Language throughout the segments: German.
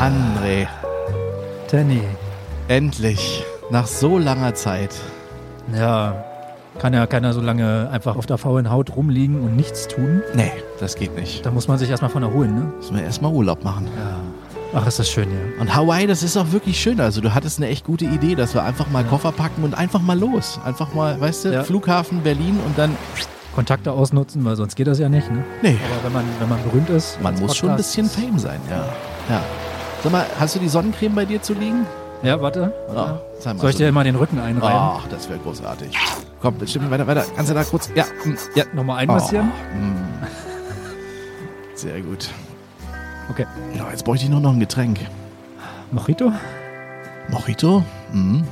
André, Danny. endlich, nach so langer Zeit. Ja, kann ja keiner so lange einfach auf der faulen Haut rumliegen und nichts tun. Nee, das geht nicht. Da muss man sich erstmal von erholen, ne? Müssen wir erstmal Urlaub machen. Ach, ist das schön hier. Und Hawaii, das ist auch wirklich schön. Also du hattest eine echt gute Idee, dass wir einfach mal Koffer packen und einfach mal los. Einfach mal, weißt du, Ja. Flughafen Berlin und dann, Kontakte ausnutzen, weil sonst geht das ja nicht, ne? nee, Aber wenn man, wenn man berühmt ist. man als muss schon ein Podcast- bisschen Fame sein, ja. ja. Sag mal, hast du die Sonnencreme bei dir zu liegen? Ja, warte. Ja. Zeig mal. Soll ich dir mal den Rücken einreiben? Ach, das wäre großartig. Komm, bestimmt weiter, weiter. Kannst du da kurz, ja, mm, ja. Nochmal einmassieren? Sehr gut. Ah. Okay. Ja, jetzt bräuchte ich nur noch ein Getränk. Mojito? Mojito? Mhm.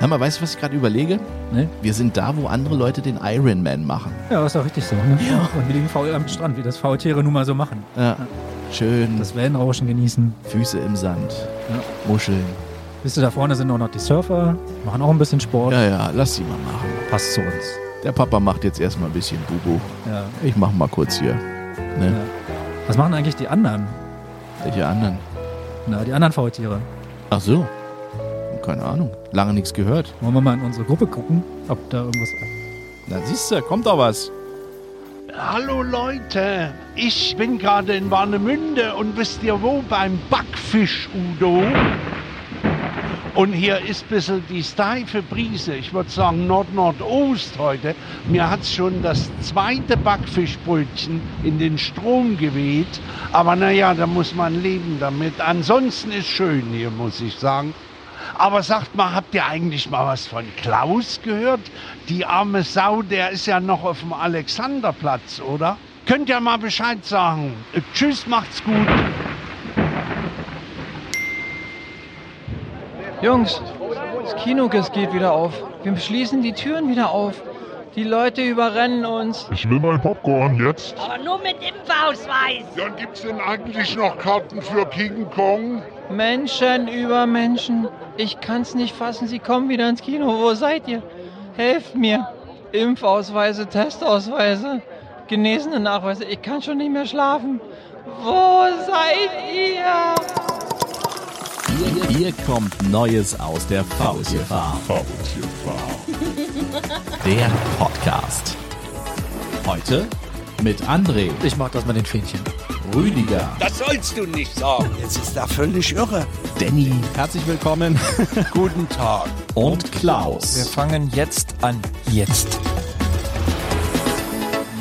Hör mal, weißt du, was ich gerade überlege? Ne? Wir sind da, wo andere Leute den Iron Man machen. Ja, ist doch richtig so, ne? Ja. Hm. Und wir liegen faul am Strand, wie das Faultiere nun mal so machen. Ja. Schön, Das Wellenrauschen genießen. Füße im Sand, Ja. Muscheln. Wisst ihr, da vorne sind auch noch die Surfer, machen auch ein bisschen Sport. Ja, ja, lass sie mal machen. Passt zu uns. Der Papa macht jetzt erstmal ein bisschen Bubu. Ja. Ich mach mal kurz hier. Ne? Was machen eigentlich die anderen? Welche anderen? Na, die anderen Faultiere. Ach so. Keine Ahnung. Lange nichts gehört. Wollen wir mal in unsere Gruppe gucken, ob da irgendwas. Na siehst du, kommt doch was. Hallo Leute, ich bin gerade in Warnemünde und wisst ihr wo? Beim Backfisch Udo. Und hier ist ein bisschen die steife Brise. Ich würde sagen Nord-Nordost heute. Mir hat schon das zweite Backfischbrötchen in den Strom geweht. Aber naja, da muss man leben damit. Ansonsten ist schön hier, muss ich sagen. Aber sagt mal, habt ihr eigentlich mal was von Klaus gehört? Die arme Sau, der ist ja noch auf dem Alexanderplatz, oder? Könnt ihr mal Bescheid sagen. Äh, Tschüss, macht's gut. Jungs, das Kino es geht wieder auf. Wir schließen die Türen wieder auf. Die Leute überrennen uns. Ich will mein Popcorn jetzt. Aber nur mit Impfausweis. Dann gibt's denn eigentlich noch Karten für King Kong? Menschen über Menschen. Ich kann's nicht fassen. Sie kommen wieder ins Kino. Wo seid ihr? Helft mir. Impfausweise, Testausweise, genesene Nachweise. Ich kann schon nicht mehr schlafen. Wo seid ihr? Hier kommt Neues aus der Faultierfarm. Der Podcast. Heute mit André, Ich mach das mal den Fähnchen. Rüdiger, Das sollst du nicht sagen. Es ist da völlig irre. Danny, herzlich willkommen, Guten Tag. und Klaus. fangen jetzt an. Jetzt.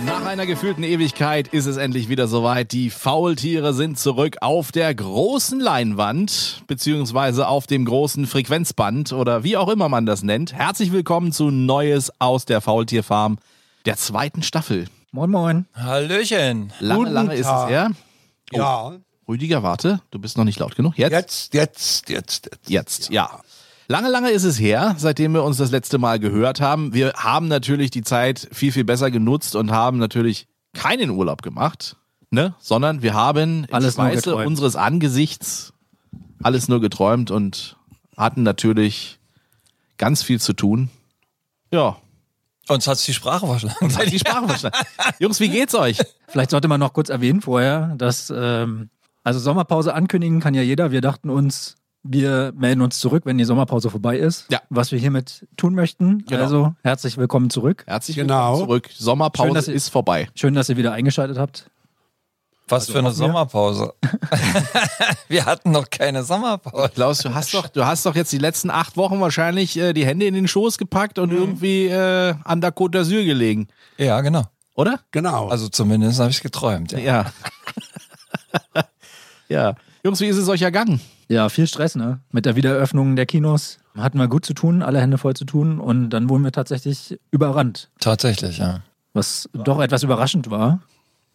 Nach einer gefühlten Ewigkeit ist es endlich wieder soweit. Die Faultiere sind zurück auf der großen Leinwand, beziehungsweise auf dem großen Frequenzband oder wie auch immer man das nennt. Herzlich willkommen zu Neues aus der Faultierfarm, der zweiten Staffel. Moin, moin. Hallöchen. Lange, Guten lange ist es Tag. her. Ja, Rüdiger, warte, du bist noch nicht laut genug. jetzt, Jetzt? jetzt, jetzt, jetzt. Jetzt, ja. Lange, lange ist es her, seitdem wir uns das letzte Mal gehört haben. Wir haben natürlich die Zeit viel, viel besser genutzt und haben natürlich keinen Urlaub gemacht, ne? sondern wir haben im Alles nur Schweiße geträumt. unseres Angesichts alles nur geträumt und hatten natürlich ganz viel zu tun. Ja, Uns hat's die Sprache verschlagen. hat die Sprache verstanden. Jungs, wie geht's euch? Vielleicht sollte man noch kurz erwähnen vorher, dass, ähm, also Sommerpause ankündigen kann ja jeder. Wir dachten uns, wir melden uns zurück, wenn die Sommerpause vorbei ist. Ja. Was wir hiermit tun möchten. Genau. Also herzlich willkommen zurück. Herzlich Genau. willkommen zurück. Sommerpause Schön, dass ihr- ist vorbei. Schön, dass ihr wieder eingeschaltet habt. Was für eine Sommerpause. Wir hatten noch keine Sommerpause. Klaus, du hast doch, du hast doch jetzt die letzten acht Wochen wahrscheinlich äh, die Hände in den Schoß gepackt und irgendwie äh, an der Côte d'Azur gelegen, Ja, genau. oder? Genau. Also zumindest habe ich geträumt. Ja. Ja. ja. Jungs, wie ist es euch ergangen? Ja, viel Stress, ne? Mit der Wiedereröffnung der Kinos hatten wir gut zu tun, alle Hände voll zu tun und dann wurden wir tatsächlich überrannt. Tatsächlich, ja. was doch etwas überraschend war.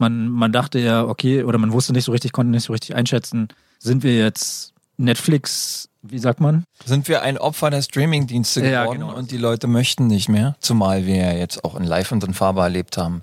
Man, man dachte ja, okay, oder man wusste nicht so richtig, konnte nicht so richtig einschätzen, sind wir jetzt Netflix, wie sagt man? Sind wir ein Opfer der Streamingdienste Ja, geworden genau. und die Leute möchten nicht mehr? Zumal wir ja jetzt auch in Live und in Farbe erlebt haben.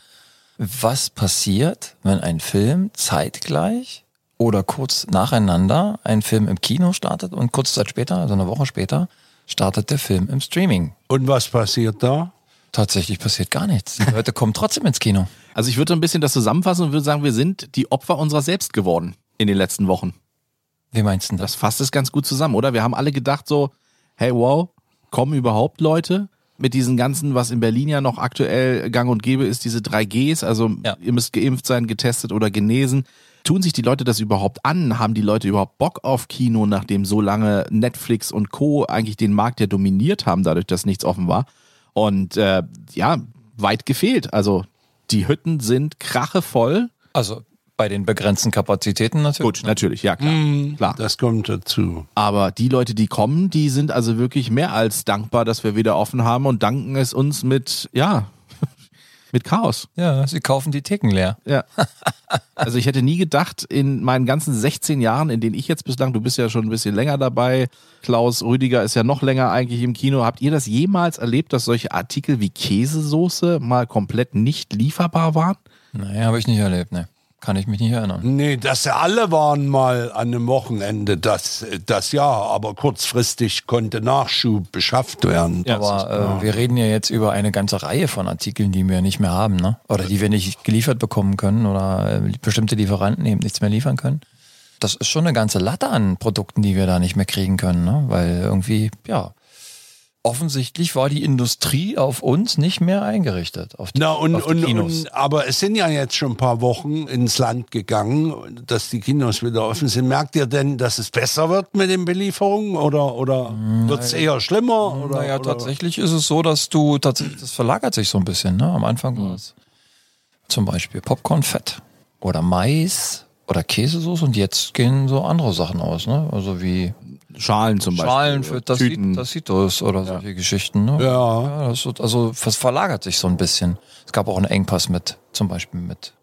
Was passiert, wenn ein Film zeitgleich oder kurz nacheinander ein Film im Kino startet und kurz Zeit später, also eine Woche später, startet der Film im Streaming? Und was passiert da? Tatsächlich passiert gar nichts. Die Leute kommen trotzdem ins Kino. Also ich würde so ein bisschen das zusammenfassen und würde sagen, wir sind die Opfer unserer selbst geworden in den letzten Wochen. Wie meinst du denn das? Das fasst es ganz gut zusammen, oder? Wir haben alle gedacht so, hey, wow, kommen überhaupt Leute? Mit diesen ganzen, was in Berlin ja noch aktuell gang und gäbe ist, diese 3Gs, also Ja. ihr müsst geimpft sein, getestet oder genesen. Tun sich die Leute das überhaupt an? Haben die Leute überhaupt Bock auf Kino, nachdem so lange Netflix und Co. eigentlich den Markt ja dominiert haben, dadurch, dass nichts offen war? Und äh, ja, weit gefehlt. Also die Hütten sind krachevoll. Also bei den begrenzten Kapazitäten natürlich. Gut, natürlich, ja klar. klar. Das kommt dazu. Aber die Leute, die kommen, die sind also wirklich mehr als dankbar, dass wir wieder offen haben und danken es uns mit, ja, mit Chaos. Ja, sie kaufen die Theken leer. Ja. Also ich hätte nie gedacht, in meinen ganzen 16 Jahren, in denen ich jetzt bislang, du bist ja schon ein bisschen länger dabei, Klaus Rüdiger ist ja noch länger eigentlich im Kino, habt ihr das jemals erlebt, dass solche Artikel wie Käsesoße mal komplett nicht lieferbar waren? Nee, habe ich nicht erlebt, ne. Kann ich mich nicht erinnern. Nee, das alle waren mal an einem Wochenende, das, das ja, aber kurzfristig konnte Nachschub beschafft werden. Aber äh, wir reden ja jetzt über eine ganze Reihe von Artikeln, die wir nicht mehr haben, ne? Oder die wir nicht geliefert bekommen können oder äh, bestimmte Lieferanten eben nichts mehr liefern können. Das ist schon eine ganze Latte an Produkten, die wir da nicht mehr kriegen können, ne? Weil irgendwie, ja, offensichtlich war die Industrie auf uns nicht mehr eingerichtet. Auf die, Na und, auf die und, Kinos. und aber es sind ja jetzt schon ein paar Wochen ins Land gegangen, dass die Kinos wieder offen sind. Merkt ihr denn, dass es besser wird mit den Belieferungen oder oder wird es eher schlimmer? Oder, Hm, Naja, oder? tatsächlich ist es so, dass du tatsächlich, das verlagert sich so ein bisschen. Ne? Am Anfang war es zum Beispiel Popcornfett oder Mais oder Käsesoße und jetzt gehen so andere Sachen aus. Ne? Also wie Schalen zum Beispiel. Schalen für das Tüten. sieht, das sieht das oder solche Geschichten. Ne? Ja. das wird, also das verlagert sich so ein bisschen. Es gab auch einen Engpass mit, zum Beispiel mit,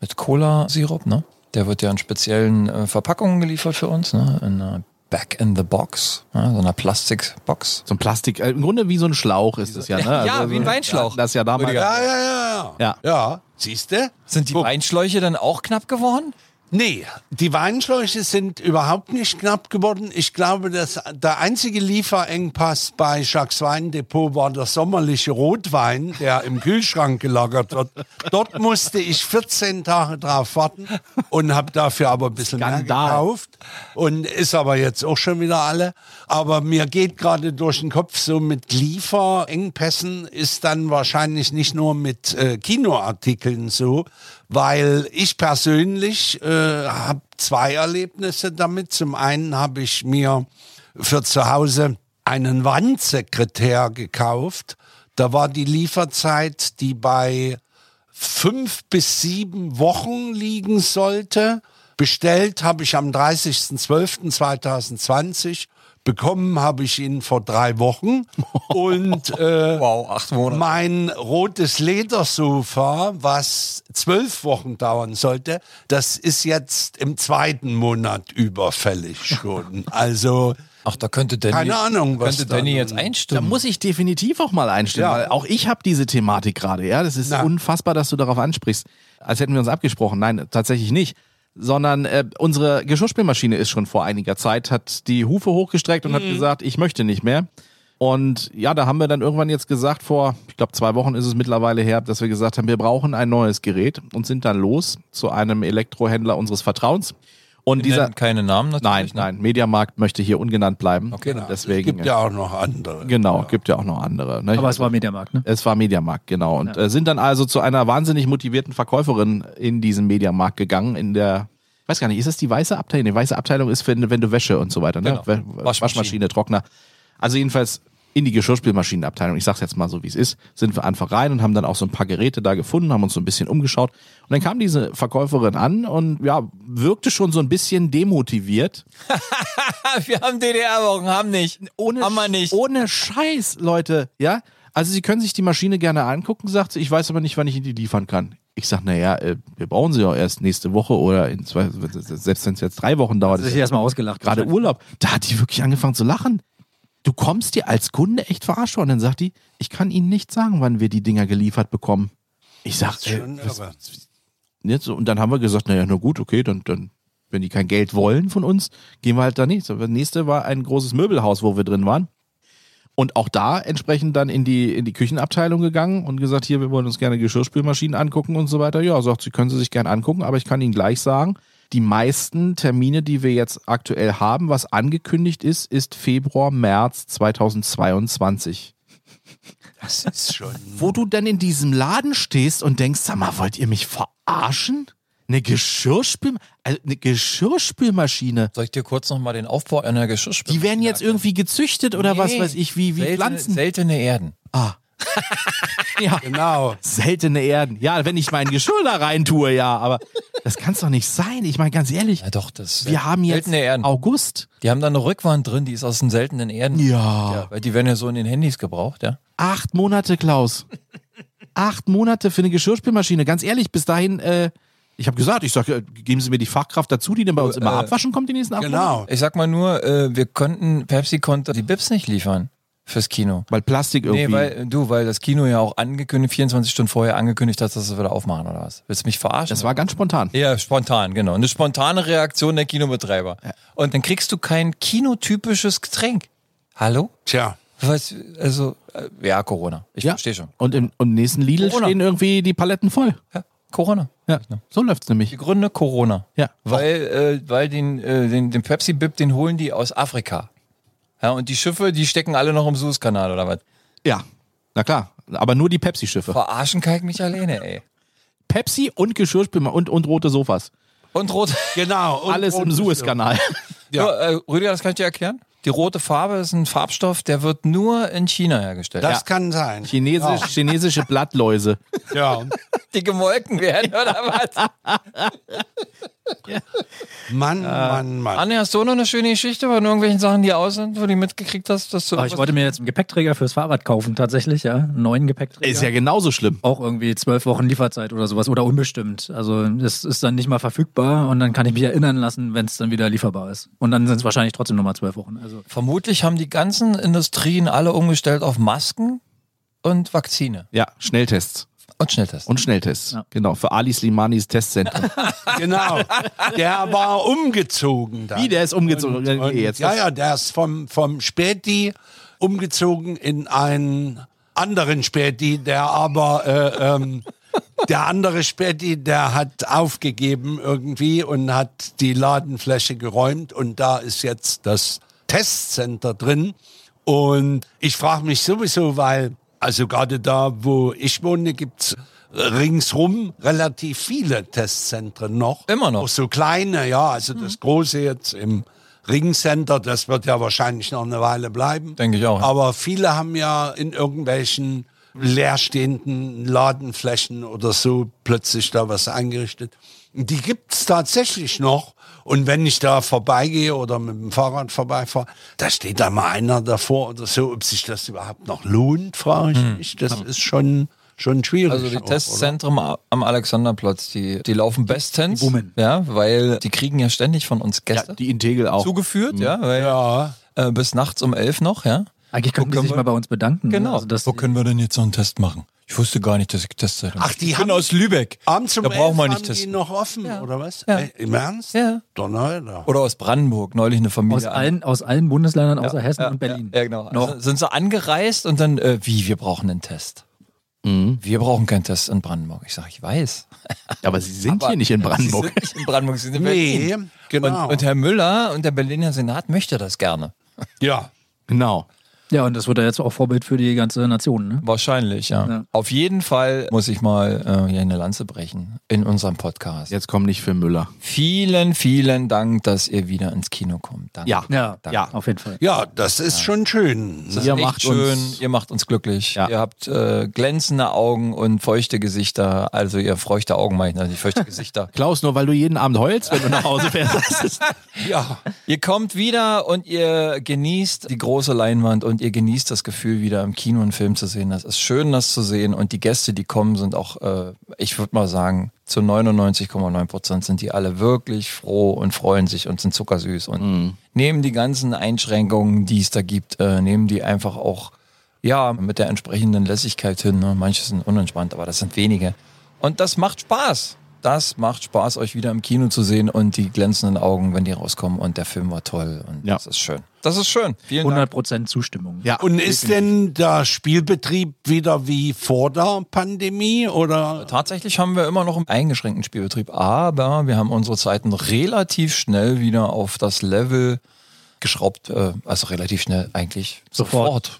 mit Cola-Sirup. Ne? Der wird ja in speziellen äh, Verpackungen geliefert für uns. Ne? In einer Back in the Box, ne? so einer Plastikbox. So ein Plastik, äh, im Grunde wie so ein Schlauch ist es ja, ne? Ja, wie ein Weinschlauch. Das ist ja damals. Rüdiger. Ja, ja, ja, ja. Ja. Ja, siehst du? Sind die Weinschläuche dann auch knapp geworden? Nee, die Weinschläuche sind überhaupt nicht knapp geworden. Ich glaube, dass der einzige Lieferengpass bei Jacques Weindepot war der sommerliche Rotwein, der im Kühlschrank gelagert wird. Dort musste ich 14 Tage drauf warten und habe dafür aber ein bisschen mehr Skandal. gekauft. Und ist aber jetzt auch schon wieder alle. Aber mir geht gerade durch den Kopf, so mit Lieferengpässen ist dann wahrscheinlich nicht nur mit äh, Kinoartikeln so, weil ich persönlich äh, habe zwei Erlebnisse damit. Zum einen habe ich mir für zu Hause einen Wandsekretär gekauft. Da war die Lieferzeit, die bei fünf bis sieben Wochen liegen sollte. Bestellt habe ich am 30.12.2020. Bekommen habe ich ihn vor drei Wochen. Und äh, Wow, acht Monate. mein rotes Ledersofa, was zwölf Wochen dauern sollte, das ist jetzt im zweiten Monat überfällig schon. Also Ach, da könnte Danny, Keine Ahnung, was könnte dann- Danny jetzt Da einstimmen. muss ich definitiv auch mal einstimmen, Ja. weil auch ich habe diese Thematik gerade, ja. Das ist Na. unfassbar, dass du darauf ansprichst. Als hätten wir uns abgesprochen. Nein, tatsächlich nicht. Sondern äh, unsere Geschirrspülmaschine ist schon vor einiger Zeit, hat die Hufe hochgestreckt und hat Mhm. gesagt, ich möchte nicht mehr. Und ja, da haben wir dann irgendwann jetzt gesagt, vor, ich glaube, zwei Wochen ist es mittlerweile her, dass wir gesagt haben, wir brauchen ein neues Gerät und sind dann los zu einem Elektrohändler unseres Vertrauens. Und Wir dieser, nennen keine Namen nein, natürlich. ne? nein, Mediamarkt möchte hier ungenannt bleiben. genau. es Deswegen, gibt ja auch noch andere. Genau, gibt ja auch noch andere. Ne? Aber es war Mediamarkt, ne? Es war Mediamarkt, genau. Und äh, sind dann also zu einer wahnsinnig motivierten Verkäuferin in diesem Mediamarkt gegangen, in der, weiß gar nicht, ist das die weiße Abteilung? Die weiße Abteilung ist, wenn, wenn du Wäsche und so weiter, ne? Genau. Wa- Waschmaschine. Waschmaschine. Trockner. Also jedenfalls in die Geschirrspülmaschinenabteilung, ich sag's jetzt mal so, wie es ist, sind wir einfach rein und haben dann auch so ein paar Geräte da gefunden, haben uns so ein bisschen umgeschaut. Und dann kam diese Verkäuferin an und ja, wirkte schon so ein bisschen demotiviert. Ah, wir haben DDR-Wochen, haben nicht. ohne, oh- Haben wir nicht. ohne Scheiß, Leute, ja? Also sie können sich die Maschine gerne angucken, sagt sie, ich weiß aber nicht, wann ich Ihnen die liefern kann. Ich sag, naja, äh, wir brauchen sie ja erst nächste Woche oder in zwei, selbst wenn es jetzt drei Wochen dauert, Das ist ist ja Also erstmal ausgelacht. gerade Urlaub. Da hat die wirklich angefangen zu lachen. Du kommst dir als Kunde echt verarscht vor. Und dann sagt die, ich kann Ihnen nicht sagen, wann wir die Dinger geliefert bekommen. Ich sag, äh, Schon was, irre. jetzt, und dann haben wir gesagt, naja, na gut, okay, dann, dann, wenn die kein Geld wollen von uns, gehen wir halt da nicht. Das nächste war ein großes Möbelhaus, wo wir drin waren. Und auch da entsprechend dann in die, in die Küchenabteilung gegangen und gesagt, hier, wir wollen uns gerne Geschirrspülmaschinen angucken und so weiter. Ja, sagt, sie können sie sich gerne angucken, aber ich kann Ihnen gleich sagen, die meisten Termine, die wir jetzt aktuell haben, was angekündigt ist, ist Februar, März 2022. Das ist schon. Wo du dann in diesem Laden stehst und denkst, sag mal, wollt ihr mich verarschen? Eine, Geschirrspül also eine Geschirrspülmaschine. Soll ich dir kurz nochmal den Aufbau einer Geschirrspülmaschine? Die werden jetzt irgendwie gezüchtet oder Nee. was weiß ich, wie, wie seltene, Pflanzen. Seltene Erden. Ah. ja. Genau. Seltene Erden. Ja, wenn ich mein Geschirr da rein tue, ja, aber das kann es doch nicht sein. Ich meine, ganz ehrlich, Ja, doch, das. wir haben jetzt seltene Erden. August. Die haben da eine Rückwand drin, die ist aus den seltenen Erden. Ja. weil die werden ja so in den Handys gebraucht, ja. Acht Monate, Klaus. Acht Monate für eine Geschirrspülmaschine. Ganz ehrlich, bis dahin, äh, ich habe gesagt, ich sage, geben Sie mir die Fachkraft dazu, die dann bei uns äh, immer abwaschen kommt die nächsten acht Monate. Genau. Ich sag mal nur, äh, wir konnten, Pepsi konnte die Bips nicht liefern fürs Kino. Weil Plastik irgendwie. Nee, weil du, weil das Kino ja auch angekündigt, 24 Stunden vorher angekündigt hat, dass sie es wieder aufmachen oder was? Willst du mich verarschen? das war ganz spontan. ja, spontan, genau. Eine spontane Reaktion der Kinobetreiber. Und dann kriegst du kein kinotypisches Getränk. Hallo? Tja. Was, also, äh, ja, Corona. Ich Ja. verstehe schon. Und im, und im nächsten Lidl Corona. ne? stehen irgendwie die Paletten voll. Ja, Corona. Ja, so läuft's nämlich. Die Gründe Corona. Ja. Weil, äh, weil den, äh, den, den Pepsi-Bib, den holen die aus Afrika. Ja, und die Schiffe, die stecken alle noch im Suezkanal oder was? Ja, na klar. Aber nur die Pepsi-Schiffe. Verarschen kann ich mich alleine, ey. Pepsi und Geschirrspülmaschine und, und rote Sofas. Und rot. Genau. und- Alles im und- Suezkanal. Ja. Nur, äh, Rüdiger, das kann ich dir erklären. Die rote Farbe ist ein Farbstoff, der wird nur in China hergestellt. Das kann sein. Chinesisch, chinesische Blattläuse. Ja. Die gemolken werden, oder was? Mann, Äh. Mann, Mann. Anne, hast du noch eine schöne Geschichte von irgendwelchen Sachen, die aus sind, wo du mitgekriegt hast, dass du. Aber ich wollte mir jetzt einen Gepäckträger fürs Fahrrad kaufen, tatsächlich, ja. Einen neuen Gepäckträger. Ist ja genauso schlimm. auch irgendwie zwölf Wochen Lieferzeit oder sowas oder unbestimmt. Also das ist dann nicht mal verfügbar und dann kann ich mich erinnern lassen, wenn es dann wieder lieferbar ist. Und dann sind es wahrscheinlich trotzdem nochmal zwölf Wochen. Also Vermutlich haben die ganzen Industrien alle umgestellt auf Masken und Vakzine Ja, Schnelltests. und Schnelltests. Und Schnelltests. Genau, für Ali Slimanis Testzentrum. Genau. Der war umgezogen. Dann. Wie, der ist umgezogen? Und, Nee, jetzt- ja, ja, der ist vom, vom Späti umgezogen in einen anderen Späti, der aber äh, ähm, der andere Späti, der hat aufgegeben irgendwie und hat die Ladenfläche geräumt und da ist jetzt das Testcenter drin. Und ich frage mich sowieso, weil, also gerade da, wo ich wohne, gibt's ringsrum relativ viele Testzentren noch. Immer noch. Auch so kleine, ja. Also das große jetzt im Ringcenter, das wird ja wahrscheinlich noch eine Weile bleiben. Denke ich auch, ja. Aber viele haben ja in irgendwelchen leerstehenden Ladenflächen oder so plötzlich da was eingerichtet. Die gibt's tatsächlich noch. Und wenn ich da vorbeigehe oder mit dem Fahrrad vorbeifahre, da steht da mal einer davor oder so, ob sich das überhaupt noch lohnt, frage ich mich. Das ist schon, schon schwierig. Hm. Also die auch, oder? Testzentren am Alexanderplatz, die, die laufen bestens. boomen. Ja, weil die kriegen ja ständig von uns Gäste Die Integel auch. zugeführt, ja, weil, Ja. Äh, bis nachts um elf noch, ja. eigentlich könnten die können sich wir- mal bei uns bedanken. ne? Genau. Also, dass Wo können wir denn jetzt so einen Test machen? Ich wusste gar nicht, dass ich getestet habe. Ach, die ich bin haben- aus Lübeck. Abends um da braucht 11 man nicht haben die testen. noch offen, oder was? Ja. Ey, Im Ernst? Ja. Donnerwetter. Oder aus Brandenburg, neulich eine Familie. aus, allen, aus allen Bundesländern außer Hessen ja, und Berlin. Ja, ja, genau. Noch. Also sind sie angereist und dann, äh, wie, wir brauchen einen Test. Mhm. Wir brauchen keinen Test in Brandenburg. Ich sage, ich weiß. Aber sie sind hier nicht in Sie Brandenburg. sind nicht in Brandenburg, sie sind in Nee, Berlin. genau. Und, und Herr Müller und der Berliner Senat möchte das gerne. Ja. Genau. Ja, und das wird ja jetzt auch Vorbild für die ganze Nation. Ne? Wahrscheinlich, ja. Ja. Auf jeden Fall muss ich mal äh, hier eine Lanze brechen in unserem Podcast. Jetzt komm nicht für Müller. Vielen, vielen Dank, dass ihr wieder ins Kino kommt. Danke. Ja. Ja, Ja. auf jeden Fall. Ja, das ist schon schön. Das Ihr ihr echt macht macht schön, uns- ihr macht uns glücklich. Ja. Ihr habt äh, glänzende Augen und feuchte Gesichter. Also ihr feuchte Augen meine ich, also nicht feuchte Gesichter. Klaus, nur weil du jeden Abend heulst, wenn du nach Hause fährst. Das ist Ja. ihr kommt wieder und ihr genießt die große Leinwand und ihr genießt das Gefühl, wieder im Kino einen Film zu sehen. Das ist schön, das zu sehen. Und die Gäste, die kommen, sind auch, äh, ich würde mal sagen, zu 99,9 Prozent sind die alle wirklich froh und freuen sich und sind zuckersüß und nehmen die ganzen Einschränkungen, die es da gibt, äh, nehmen die einfach auch ja, mit der entsprechenden Lässigkeit hin. Ne? Manche sind unentspannt, aber das sind wenige. Und das macht Spaß. das macht Spaß, euch wieder im Kino zu sehen und die glänzenden Augen, wenn die rauskommen und der Film war toll und Ja. das ist schön. Das ist schön. Vielen 100 Prozent Zustimmung. Ja, Und ist denn der Spielbetrieb wieder wie vor der Pandemie oder? Tatsächlich haben wir immer noch einen eingeschränkten Spielbetrieb, aber wir haben unsere Zeiten relativ schnell wieder auf das Level geschraubt, äh, also relativ schnell eigentlich sofort.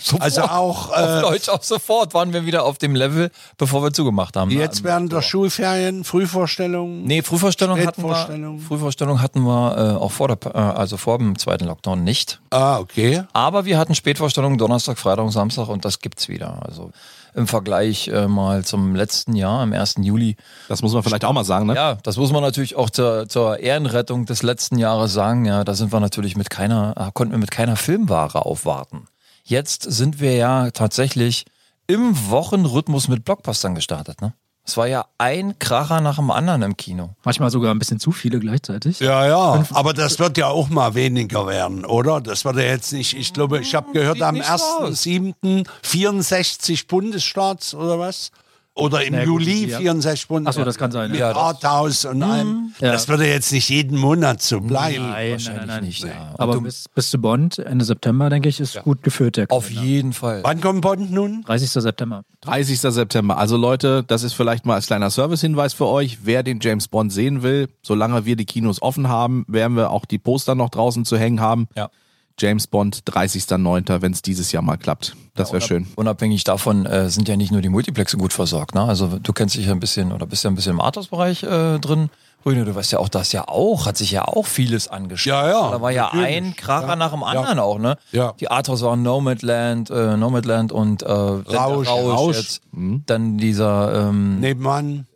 Sofort. Also auch, auf äh, Deutsch auch sofort waren wir wieder auf dem Level, bevor wir zugemacht haben. Jetzt während der Schulferien, Frühvorstellungen? Nee, Frühvorstellung hatten wir, Spätvorstellung? Frühvorstellung hatten wir äh, auch vor, der, äh, also vor dem zweiten Lockdown nicht. Ah, okay. Aber wir hatten Spätvorstellungen Donnerstag, Freitag und Samstag und das gibt's wieder. Also im Vergleich äh, mal zum letzten Jahr, am 1. Juli. Das muss man vielleicht auch mal sagen, ne? Ja, das muss man natürlich auch zur, zur Ehrenrettung des letzten Jahres sagen. Ja, da sind wir natürlich mit keiner, äh, konnten wir mit keiner Filmware aufwarten. Jetzt sind wir ja tatsächlich im Wochenrhythmus mit Blockbustern gestartet, ne? Es war ja ein Kracher nach dem anderen im Kino. Manchmal sogar ein bisschen zu viele gleichzeitig. Ja, ja, aber das wird ja auch mal weniger werden, oder? Das wird ja jetzt nicht, ich glaube, ich Hm, habe gehört, Sieht am nicht so aus. 1.7. 64 Bundesstaats oder was? Oder im Na gut, Juli ja. 64 Bundesstaats. Ach so, das kann sein, Mit ja. Hm, Arthouse und allem. Ja. Das wird ja jetzt nicht jeden Monat so bleiben. Nein, nein, nein, nein. Nicht, ja. Und Aber du- bis, bis zu Bond, Ende September, denke ich, ist gut geführt. Der auf jeden Fall. Wann kommt Bond nun? 30. September. 30. September. Also Leute, das ist vielleicht mal als kleiner Servicehinweis für euch. Wer den James Bond sehen will, solange wir die Kinos offen haben, werden wir auch die Poster noch draußen zu hängen haben. Ja. James Bond 30.09., wenn es dieses Jahr mal klappt. Das wäre schön. Unabhängig davon äh, sind ja nicht nur die Multiplexe gut versorgt. Ne? Also du kennst dich ja ein bisschen oder bist ja ein bisschen im Arthouse-Bereich äh, drin. Rüne, du weißt ja auch, das ja auch, hat sich ja auch vieles angeschaut. Ja, ja, Da war ja natürlich. ein Kracher nach dem anderen Ja. auch, ne? Ja. Die Arthurs waren Nomadland, äh, Nomadland und äh, Rausch, Rausch. Mhm. Jetzt. Mhm. Dann dieser, Hm. ähm, Nebenan.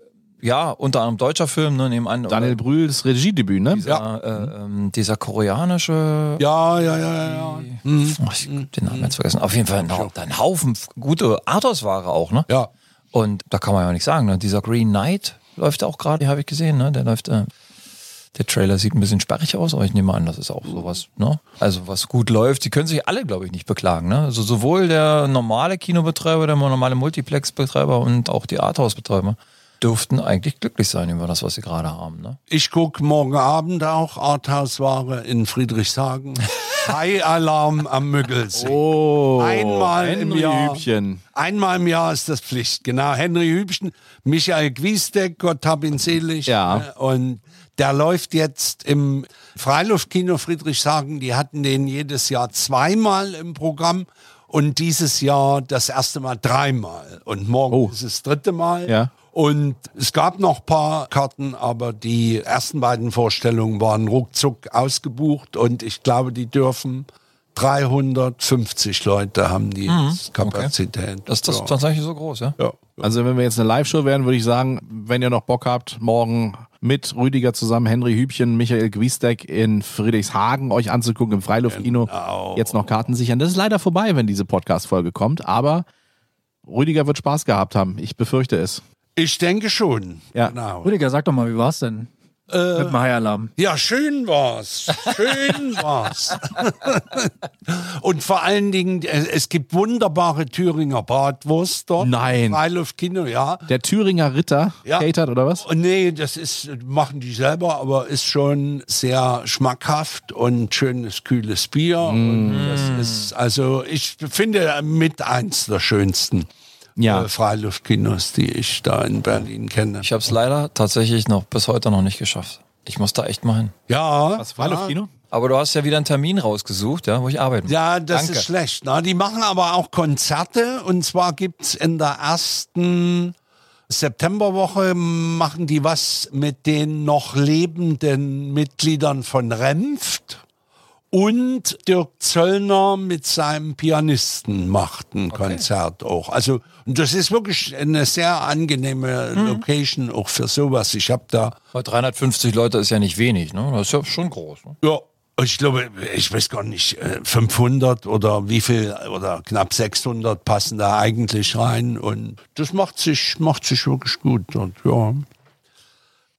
ja, unter anderem deutscher Film, ne, nebenan. Daniel Brühls Regiedebüt, ne? Dieser, äh, ähm, dieser koreanische Ja, ja, ja, ja, ja. Oh, ich hab Mhm. den Namen jetzt vergessen. Auf jeden Fall ein, Hau- ein Haufen f- gute Arthouse-Ware auch, ne? Ja. Und da kann man ja nichts sagen. Ne? Dieser Green Knight läuft auch gerade, den habe ich gesehen, ne? Der läuft, äh, der Trailer sieht ein bisschen sperrig aus, aber ich nehme an, das ist auch sowas, ne? Also was gut läuft, die können sich alle, glaube ich, nicht beklagen, ne? Also sowohl der normale Kinobetreiber, der normale Multiplex-Betreiber und auch die Arthouse-Betreiber dürften eigentlich glücklich sein über das, was sie gerade haben, ne? Ich gucke morgen Abend auch Arthouse-Ware in Friedrichshagen. High Alarm am Müggelsee. Oh, Einmal im Henry Jahr. Hübchen. Einmal im Jahr ist das Pflicht. Genau. Henry Hübchen, Michael Gwiesdeck, Gott hab ihn selig. Ja. Äh, Und der läuft jetzt im Freiluftkino Friedrichshagen. Die hatten den jedes Jahr zweimal im Programm und dieses Jahr das erste Mal dreimal. Und morgen Oh. ist das dritte Mal. Ja. Und es gab noch ein paar Karten, aber die ersten beiden Vorstellungen waren ruckzuck ausgebucht und ich glaube, die dürfen 350 Leute haben die jetzt Kapazität. Mhm. Das ist das ja. tatsächlich so groß, ja? ja. Also wenn wir jetzt eine Live-Show wären, würde ich sagen, wenn ihr noch Bock habt, morgen mit Rüdiger zusammen, Henry Hübchen, Michael Gwiesdeck in Friedrichshagen euch anzugucken im Freiluftkino. Jetzt noch Karten sichern. Das ist leider vorbei, wenn diese Podcast-Folge kommt, aber Rüdiger wird Spaß gehabt haben. Ich befürchte es. Ich denke schon. Ja. Genau. Rüdiger, sag doch mal, wie war's denn? Äh. Mit dem High-Alarm. Ja, schön war's. Schön war's. Und vor allen Dingen, äh, es gibt wunderbare Thüringer Bratwurst dort. Nein. Freiluftkino, ja. Der Thüringer Ritter Ja. catert oder was? Und nee, das ist, machen die selber, aber ist schon sehr schmackhaft und schönes, kühles Bier. Mm. Und das ist, also ich finde mit eins der schönsten Ja. äh, Freiluftkinos, die ich da in Berlin kenne. Ich habe es leider tatsächlich noch bis heute noch nicht geschafft. Ich muss da echt mal hin. Ja. Was Freiluftkino? Aber du hast ja wieder einen Termin rausgesucht, ja, wo ich arbeiten muss. Ja, das Danke. ist schlecht. Ne? Die machen aber auch Konzerte und zwar gibt's in der ersten Septemberwoche machen die was mit den noch lebenden Mitgliedern von Renft und Dirk Zöllner mit seinem Pianisten macht ein Konzert auch. Also und das ist wirklich eine sehr angenehme Location auch für sowas. Ich habe da Bei 350 Leute ist ja nicht wenig, ne? Das ist ja schon groß. Ne? ja, ich glaube, ich weiß gar nicht, äh, 500 oder wie viel oder knapp 600 passen da eigentlich rein und das macht sich macht sich wirklich gut und ja.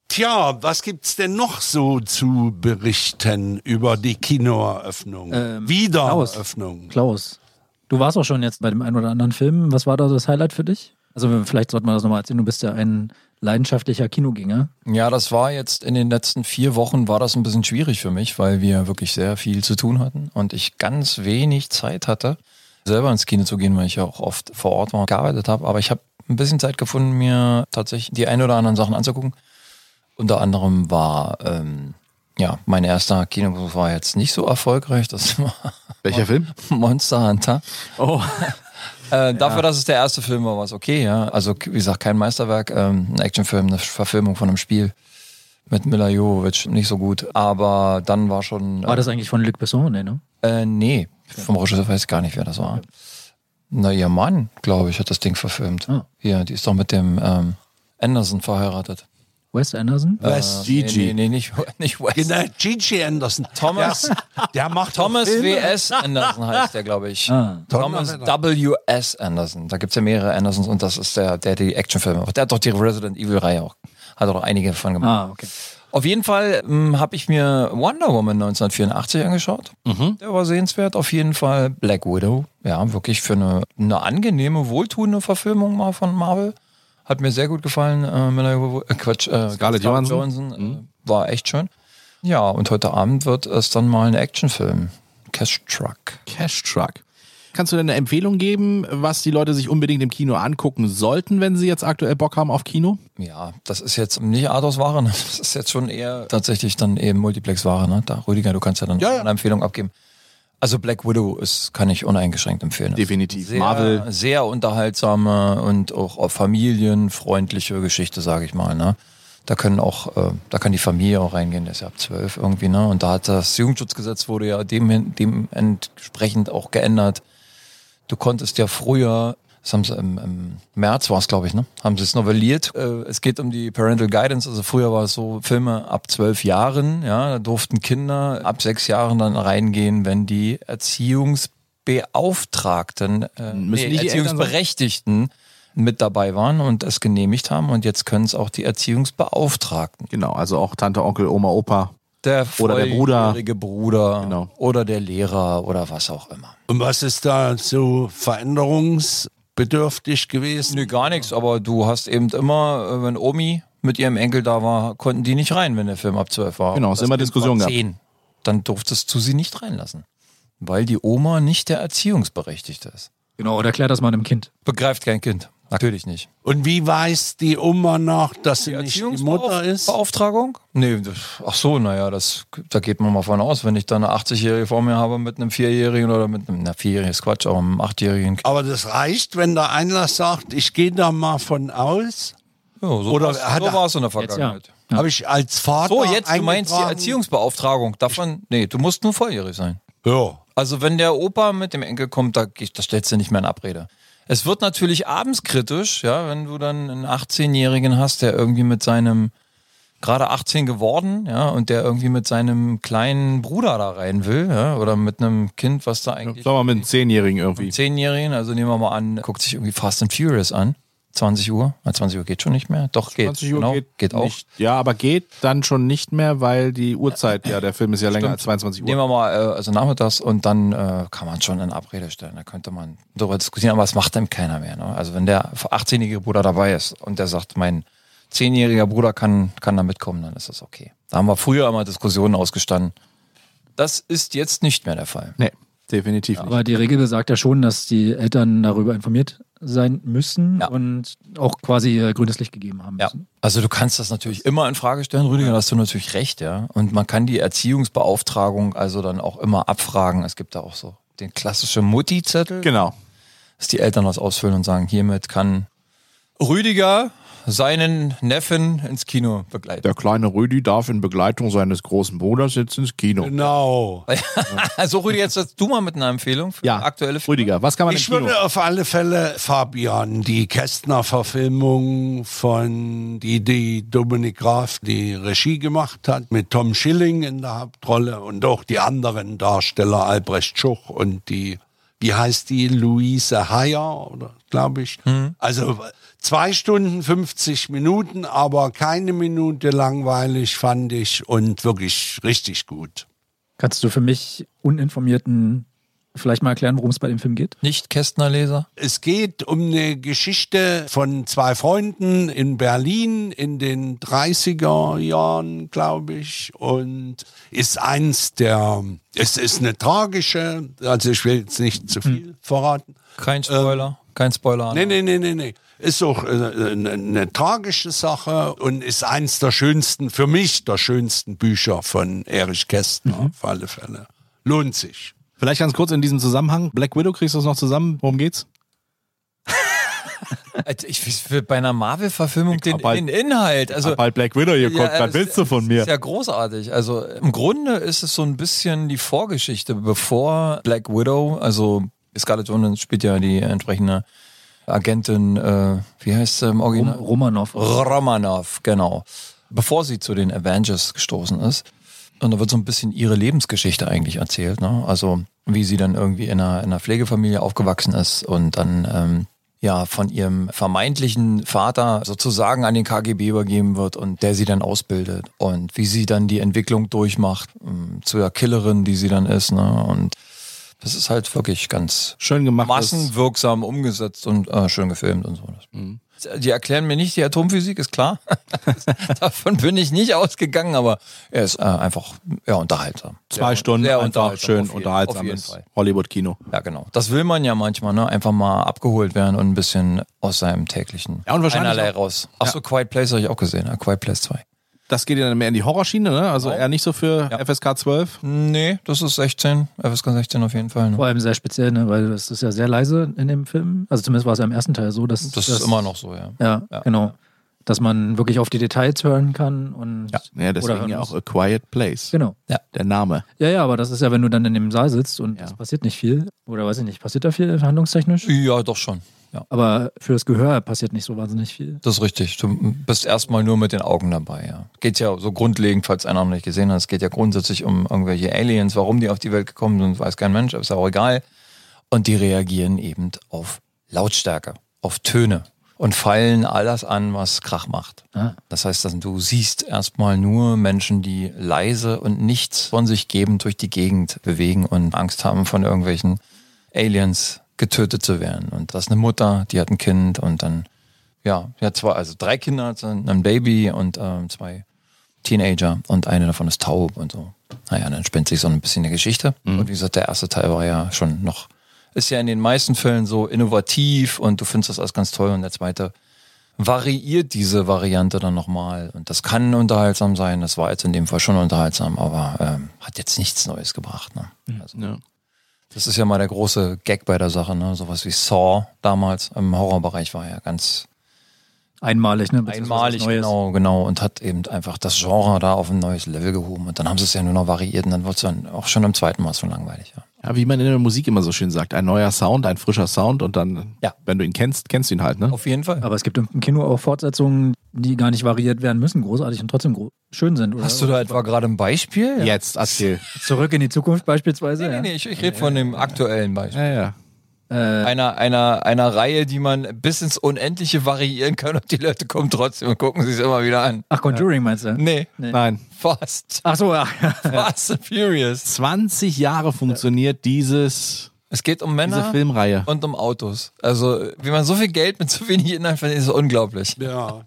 Tja, was gibt's denn noch so zu berichten über die Kinoeröffnung? Ähm, Wiedereröffnung. Klaus, du warst auch schon jetzt bei dem einen oder anderen Film. Was war da das Highlight für dich? Also vielleicht sollte man das nochmal erzählen. Du bist ja ein leidenschaftlicher Kinogänger. Ja, das war jetzt in den letzten vier Wochen war das ein bisschen schwierig für mich, weil wir wirklich sehr viel zu tun hatten und ich ganz wenig Zeit hatte, selber ins Kino zu gehen, weil ich ja auch oft vor Ort war und gearbeitet habe. Aber ich habe ein bisschen Zeit gefunden, mir tatsächlich die ein oder anderen Sachen anzugucken. Unter anderem war, ähm, ja, mein erster Kinobesuch war jetzt nicht so erfolgreich. Das war Welcher Film? Monster Hunter. Oh. Äh, dafür, dass es der erste Film war, war es okay, ja. Also, wie gesagt, kein Meisterwerk, ähm, ein Actionfilm, eine Verfilmung von einem Spiel mit Mila Jovovich, nicht so gut. Aber dann war schon. Äh, War das eigentlich von Luc Besson? Nee, ne? Äh, nee, vom Regisseur weiß ich gar nicht, wer das war. Na, ihr Mann, glaube ich, hat das Ding verfilmt. Ah. Hier, die ist doch mit dem ähm, Anderson verheiratet. Wes Anderson? Wes Äh, Gigi. Nee, nee, nee, nicht, nicht Wes. Genau, Gigi Anderson. Thomas, Der, der macht doch Thomas Filme. W.S. Anderson heißt der, glaube ich. Ah. Thomas W.S. Anderson. Da gibt's ja mehrere Andersons und das ist der, der die Actionfilme macht. Der hat doch die Resident Evil-Reihe auch. Hat auch einige davon gemacht. Ah, okay. Auf jeden Fall ähm, habe ich mir Wonder Woman 1984 angeschaut. Mhm. Der war sehenswert. Auf jeden Fall Black Widow. Ja, wirklich für eine, eine angenehme, wohltuende Verfilmung mal von Marvel. Hat mir sehr gut gefallen. Äh, Mila Jovo- äh, Quatsch, äh, Scarlett Johansson. Mhm. äh, war echt schön. Ja, und heute Abend wird es dann mal ein Actionfilm. Cash Truck. Cash Truck. Kannst du denn eine Empfehlung geben, was die Leute sich unbedingt im Kino angucken sollten, wenn sie jetzt aktuell Bock haben auf Kino? Ja, das ist jetzt nicht Arthouse-Ware, ne? das ist jetzt schon eher tatsächlich dann eben Multiplex-Ware. Ne? Da, Rüdiger, du kannst ja dann Ja, ja. eine Empfehlung abgeben. Also Black Widow ist, kann ich uneingeschränkt empfehlen. Definitiv. Sehr, Marvel. sehr unterhaltsame und auch auf familienfreundliche Geschichte, sage ich mal. Ne? Da können auch, äh, da kann die Familie auch reingehen, der ist ja ab zwölf irgendwie, ne? Und da hat das Jugendschutzgesetz wurde ja dem, dementsprechend auch geändert. Du konntest ja früher, das haben sie im, im März war es, glaube ich, ne? Haben sie es novelliert. Äh, es geht um die Parental Guidance. Also früher war es so, Filme ab zwölf Jahren, ja, da durften Kinder ab sechs Jahren dann reingehen, wenn die Erziehungsbeauftragten, äh, Müssen die die Eltern sein? Erziehungsberechtigten mit dabei waren und es genehmigt haben. Und jetzt können es auch die Erziehungsbeauftragten. Genau, also auch Tante, Onkel, Oma, Opa. Der Oder der Bruder. volljährige Bruder Genau. oder der Lehrer oder was auch immer. Und was ist da so veränderungsbedürftig gewesen? Nee, gar nichts, aber du hast eben immer, äh, wenn Omi mit ihrem Enkel da war, konnten die nicht rein, wenn der Film ab 12 war. Genau, Und es das immer Kind Diskussion war gab. 10. Dann durftest du sie nicht reinlassen, weil die Oma nicht der Erziehungsberechtigte ist. Genau, oder erklär das mal einem Kind. Begreift kein Kind. Natürlich nicht. Und wie weiß die Oma noch, dass sie nicht die Mutter ist? Beauftragung? Nee, das- ach so, naja, das, da geht man mal von aus, wenn ich dann eine 80-Jährige vor mir habe mit einem Vierjährigen oder mit einem, na, Vierjährigen ist Quatsch, aber mit einem Achtjährigen. Aber das reicht, wenn der Einlass sagt, ich gehe da mal von aus. Ja, so Oder war's- hat so er- war es in der Jetzt Vergangenheit. Ja. Habe ich als Vater So, jetzt, du meinst die eingetragen? Erziehungsbeauftragung. Davon, nee, du musst nur volljährig sein. Ja. Also, wenn der Opa mit dem Enkel kommt, da, geht- da stellst du nicht mehr in Abrede. Es wird natürlich abends kritisch, ja, wenn du dann einen 18-Jährigen hast, der irgendwie mit seinem, gerade 18 geworden, ja, und der irgendwie mit seinem kleinen Bruder da rein will, ja, oder mit einem Kind, was da Sagen eigentlich. wir mal mit einem Zehnjährigen irgendwie. Zehnjährigen, also nehmen wir mal an, guckt sich irgendwie Fast and Furious an. 20 Uhr. Na, 20 Uhr geht schon nicht mehr. Doch, geht. 20 Uhr genau, geht, auch. Nicht. Ja, aber geht dann schon nicht mehr, weil die Uhrzeit, ja, der Film ist ja länger als 22 Nehmen Uhr. wir mal, äh, also nachmittags und dann äh, kann man schon in Abrede stellen. Da könnte man darüber diskutieren, aber es macht dann keiner mehr. Ne? Also wenn der 18-jährige Bruder dabei ist und der sagt, mein 10-jähriger Bruder kann, kann da mitkommen, dann ist das okay. Da haben wir früher immer Diskussionen ausgestanden. Das ist jetzt nicht mehr der Fall. Nee, definitiv nicht. Aber die Regel besagt ja schon, dass die Eltern darüber informiert sein müssen Ja. und auch quasi äh, grünes Licht gegeben haben Ja, müssen. also du kannst das natürlich immer in Frage stellen, Rüdiger, da hast du natürlich recht, ja. Und man kann die Erziehungsbeauftragung also dann auch immer abfragen. Es gibt da auch so den klassischen Mutti-Zettel. Genau. dass die Eltern was ausfüllen und sagen, hiermit kann Rüdiger seinen Neffen ins Kino begleiten. Der kleine Rüdi darf in Begleitung seines großen Bruders jetzt ins Kino. Äh, Genau. Also Rüdiger, jetzt hast du mal mit einer Empfehlung für Ja, aktuelle Filme. Rüdiger, was kann man Ich im Kino? würde auf alle Fälle Fabian, die Kästner-Verfilmung von die, die Dominik Graf die Regie gemacht hat, mit Tom Schilling in der Hauptrolle und auch die anderen Darsteller, Albrecht Schuch und die, wie heißt die, Luise Heyer, oder glaube ich. Also zwei Stunden 50 Minuten, aber keine Minute langweilig fand ich und wirklich richtig gut. Kannst du für mich uninformierten vielleicht mal erklären, worum es bei dem Film geht? Nicht Kästnerleser? Es geht um eine Geschichte von zwei Freunden in Berlin in den 30er Jahren, glaube ich, und ist eins der, es ist eine tragische, also ich will jetzt nicht zu viel Hm. verraten. Ähm, Kein Spoiler, kein Spoiler. Nee, nee, nee, nee, nee. Ist doch äh, eine, eine tragische Sache und ist eins der schönsten, für mich der schönsten Bücher von Erich Kästner, Mhm. auf alle Fälle. Lohnt sich. Vielleicht ganz kurz in diesem Zusammenhang. Black Widow, kriegst du es noch zusammen? Worum geht's? Also ich will bei einer Marvel-Verfilmung den, hab halt- den Inhalt. Also hab halt Black Widow geguckt. Was es- willst du von es mir? Ist ja großartig. Also im Grunde ist es so ein bisschen die Vorgeschichte, bevor Black Widow, also Scarlett Johansson spielt ja die entsprechende Agentin, äh, wie heißt sie Rom im Original? Romanov. Romanov, genau. Bevor sie zu den Avengers gestoßen ist. Und da wird so ein bisschen ihre Lebensgeschichte eigentlich erzählt. Ne? Also wie sie dann irgendwie in einer, in einer Pflegefamilie aufgewachsen ist und dann ähm, ja von ihrem vermeintlichen Vater sozusagen an den KGB übergeben wird und der sie dann ausbildet. Und wie sie dann die Entwicklung durchmacht ähm, zu der Killerin, die sie dann ist. Ne? Und das ist halt wirklich ganz Schön gemacht. massenwirksam umgesetzt und äh, schön gefilmt und so. Mhm. Die erklären mir nicht die Atomphysik, ist klar. Davon bin ich nicht ausgegangen, aber er ist äh, einfach ja, unterhaltsam. Zwei sehr, Stunden sehr einfach unterhaltsam, schön auf jeden- Auf jeden unterhaltsames Fall. Hollywood-Kino. Ja, genau. Das will man ja manchmal, ne? Einfach mal abgeholt werden und ein bisschen aus seinem täglichen Ja, und wahrscheinlich einerlei auch- raus. Achso, Quiet Place habe ich auch gesehen. Ja, Quiet Place 2. Das geht ja dann mehr in die Horrorschiene, ne? Also Genau. eher nicht so für FSK 12. Nee, das ist 16, FSK 16 auf jeden Fall. Ne? Vor allem sehr speziell, ne? weil das ist ja sehr leise in dem Film. Also zumindest war es ja im ersten Teil so, dass Das ist immer noch so, ja. Ja, Ja. genau. Dass man wirklich auf die Details hören kann und Ja, oder deswegen hören ja muss. auch A Quiet Place. Genau. Der Name. Ja, ja, aber das ist ja, wenn du dann in dem Saal sitzt und es passiert nicht viel. Oder weiß ich nicht, passiert da viel handlungstechnisch? Ja, doch schon. Ja, Aber für das Gehör passiert nicht so wahnsinnig viel. das ist richtig. Du bist erstmal nur mit den Augen dabei, ja. Geht ja so grundlegend, falls einer noch nicht gesehen hat, es geht ja grundsätzlich um irgendwelche Aliens, warum die auf die Welt gekommen sind, weiß kein Mensch, aber ist ja auch egal. Und die reagieren eben auf Lautstärke, auf Töne und fallen alles an, was Krach macht. Ah. Das heißt, dass du siehst erstmal nur Menschen, die leise und nichts von sich geben durch die Gegend bewegen und Angst haben von irgendwelchen Aliens getötet zu werden. Und das ist eine Mutter, die hat ein Kind und dann, ja, ja, zwei, also drei Kinder, hat sie, ein Baby und ähm, zwei Teenager und eine davon ist taub und so. Naja, dann spinnt sich so ein bisschen eine Geschichte. Und wie gesagt, der erste Teil war ja schon noch, ist ja in den meisten Fällen so innovativ und du findest das alles ganz toll. Und der zweite variiert diese Variante dann nochmal. Und das kann unterhaltsam sein, das war jetzt in dem Fall schon unterhaltsam, aber ähm, hat jetzt nichts Neues gebracht. Ne? Also, Ja. Das ist ja mal der große Gag bei der Sache, ne? Sowas wie Saw damals im Horrorbereich war ja ganz Einmalig, ne? Beziehungsweise was einmalig, Neues. genau, genau, und hat eben einfach das Genre da auf ein neues Level gehoben. Und dann haben sie es ja nur noch variiert und dann wird es dann auch schon am zweiten Mal so langweilig, ja. Ja, wie man in der Musik immer so schön sagt, ein neuer Sound, ein frischer Sound und dann, Ja. wenn du ihn kennst, kennst du ihn halt, ne? Auf jeden Fall. Aber es gibt im Kino auch Fortsetzungen, die gar nicht variiert werden müssen, großartig und trotzdem gro schön sind. Oder? Hast du da etwa gerade ein Beispiel? Jetzt, erzähl. Zurück in die Zukunft beispielsweise? Nee, ja. nee, ich, ich rede von dem aktuellen Beispiel. Ja, ja. einer, einer, einer Reihe, die man bis ins Unendliche variieren kann und die Leute kommen trotzdem und gucken sich es immer wieder an. Ach, Conjuring meinst du? Nee, Nein. Fast. Ach so, ja. Fast and Furious. 20 Jahre funktioniert dieses, Es geht um diese Männer Filmreihe. und um Autos. Also, wie man so viel Geld mit so wenig Inhalt verdient, ist unglaublich. Ja.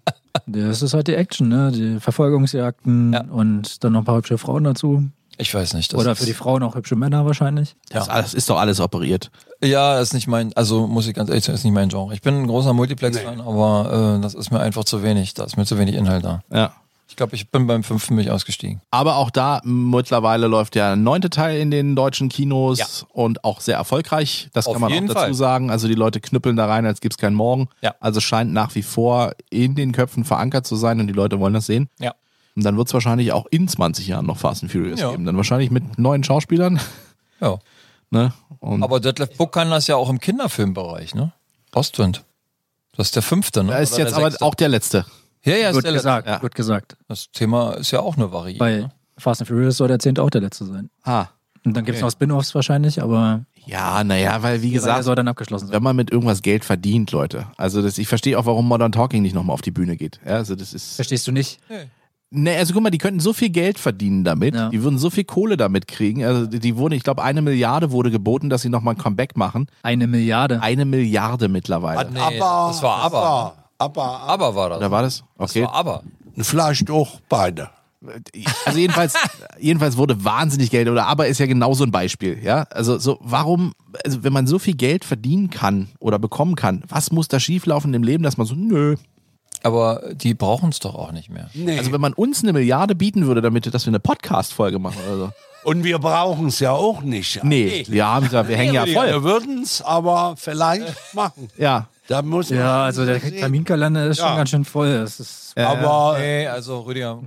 Das ist halt die Action, ne? Die Verfolgungsjagden Ja. und dann noch ein paar hübsche Frauen dazu. Ich weiß nicht. Das Oder für die Frauen auch hübsche Männer wahrscheinlich. Das, alles, ist doch alles operiert. Ja, ist nicht mein, also muss ich ganz ehrlich sagen, ist nicht mein Genre. Ich bin ein großer Multiplex-Fan, aber äh, das ist mir einfach zu wenig. Da ist mir zu wenig Inhalt da. Ja. Ich glaube, ich bin beim fünften mich ausgestiegen. Aber auch da m, mittlerweile läuft der neunte Teil in den deutschen Kinos und auch sehr erfolgreich. Das Auf kann man auch jeden dazu Fall. sagen. Also die Leute knüppeln da rein, als gibt's keinen Morgen. Ja. Also scheint nach wie vor in den Köpfen verankert zu sein und die Leute wollen das sehen. Ja. Und dann wird's wahrscheinlich auch in 20 Jahren noch Fast and Furious Ja. geben. Dann wahrscheinlich mit neuen Schauspielern. Ja. Ne? Und Aber Detlef Buck kann das ja auch im Kinderfilmbereich, ne? Ostwind. Das ist der fünfte, ne? da ist Oder jetzt der aber sechste. auch der letzte. Ja, ja, ist Wird der gesagt, letzte. wird gesagt. Ja. Das Thema ist ja auch eine Variante. Bei ne? Fast and Furious soll der zehnte auch der letzte sein. Ah. Und dann gibt es noch Spin-Offs wahrscheinlich, aber Ja, naja, weil wie die Reihe gesagt, soll dann abgeschlossen sein. wenn man mit irgendwas Geld verdient, Leute. Also das, ich verstehe auch, warum Modern Talking nicht nochmal auf die Bühne geht. Ja, also das ist. Verstehst du nicht? Ne, also guck mal, die könnten so viel Geld verdienen damit, die würden so viel Kohle damit kriegen. Also die, die wurden, ich glaube, eine Milliarde wurde geboten, dass sie nochmal ein Comeback machen. Eine Milliarde? Eine Milliarde mittlerweile. Nee, aber, das war aber. Aber, aber war das. Da war das? Okay. Das war aber. Vielleicht auch beide. Also jedenfalls, jedenfalls wurde wahnsinnig Geld oder aber ist ja genau so ein Beispiel, ja? Also so warum also wenn man so viel Geld verdienen kann oder bekommen kann, was muss da schieflaufen im Leben, dass man so nö. Aber die brauchen es doch auch nicht mehr. Also wenn man uns eine Milliarde bieten würde, damit dass wir eine Podcast Folge machen oder so. Und wir brauchen es ja auch nicht. Nee, wir haben ja, wir hängen ja Wir voll. würden es aber vielleicht machen. Ja. Da muss man Ja, also der sehen. Terminkalender ist Ja. schon ganz schön voll. Das ist Aber Nee, also Rüdiger,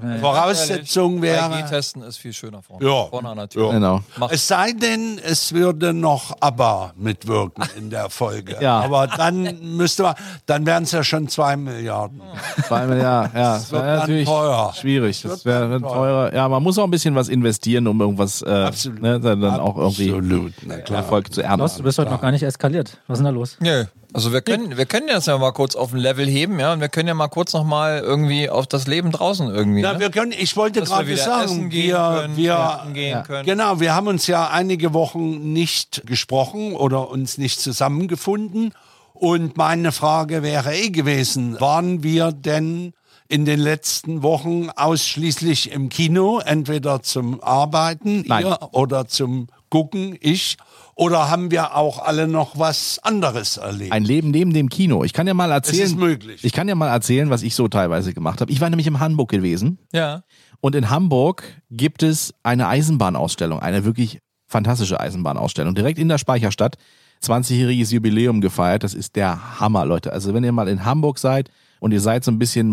Voraussetzung wäre- 3G-Testen ist viel schöner vorne. Ja. Vorne an der Tür. Ja. Genau. Macht- Es sei denn, es würde noch ABBA mitwirken in der Folge. Ja. Aber dann müsste man, dann wären es ja schon zwei Milliarden. Vor allem, ja, ja. Das wird dann teuer. schwierig. Das wäre dann teurer. Ja, man muss auch ein bisschen was investieren, um irgendwas äh, Absolut. Ne, dann, dann auch irgendwie Absolut, na klar. Erfolg zu Klaus, du ernten. bist heute noch gar nicht eskaliert. Was ist denn da los? Nö. Also wir können, wir können das ja mal kurz auf ein Level heben, ja, und wir können ja mal kurz nochmal irgendwie auf das Leben draußen irgendwie. Na, ne? wir können, ich wollte Dass wir gerade wieder essen sagen, gehen wir, können, wir trinken gehen können. Genau, wir haben uns ja einige Wochen nicht gesprochen oder uns nicht zusammengefunden. Und meine Frage wäre eh gewesen, waren wir denn in den letzten Wochen ausschließlich im Kino, entweder zum Arbeiten Nein. ihr oder zum Gucken, ich? Oder haben wir auch alle noch was anderes erlebt? Ein Leben neben dem Kino. Ich kann ja mal erzählen. ist möglich. Ich kann ja mal erzählen, was ich so teilweise gemacht habe. Ich war nämlich in Hamburg gewesen Ja. und in Hamburg gibt es eine Eisenbahnausstellung, eine wirklich fantastische Eisenbahnausstellung, direkt in der Speicherstadt. 20-jähriges Jubiläum gefeiert. Das ist der Hammer, Leute. Also wenn ihr mal in Hamburg seid und ihr seid so ein bisschen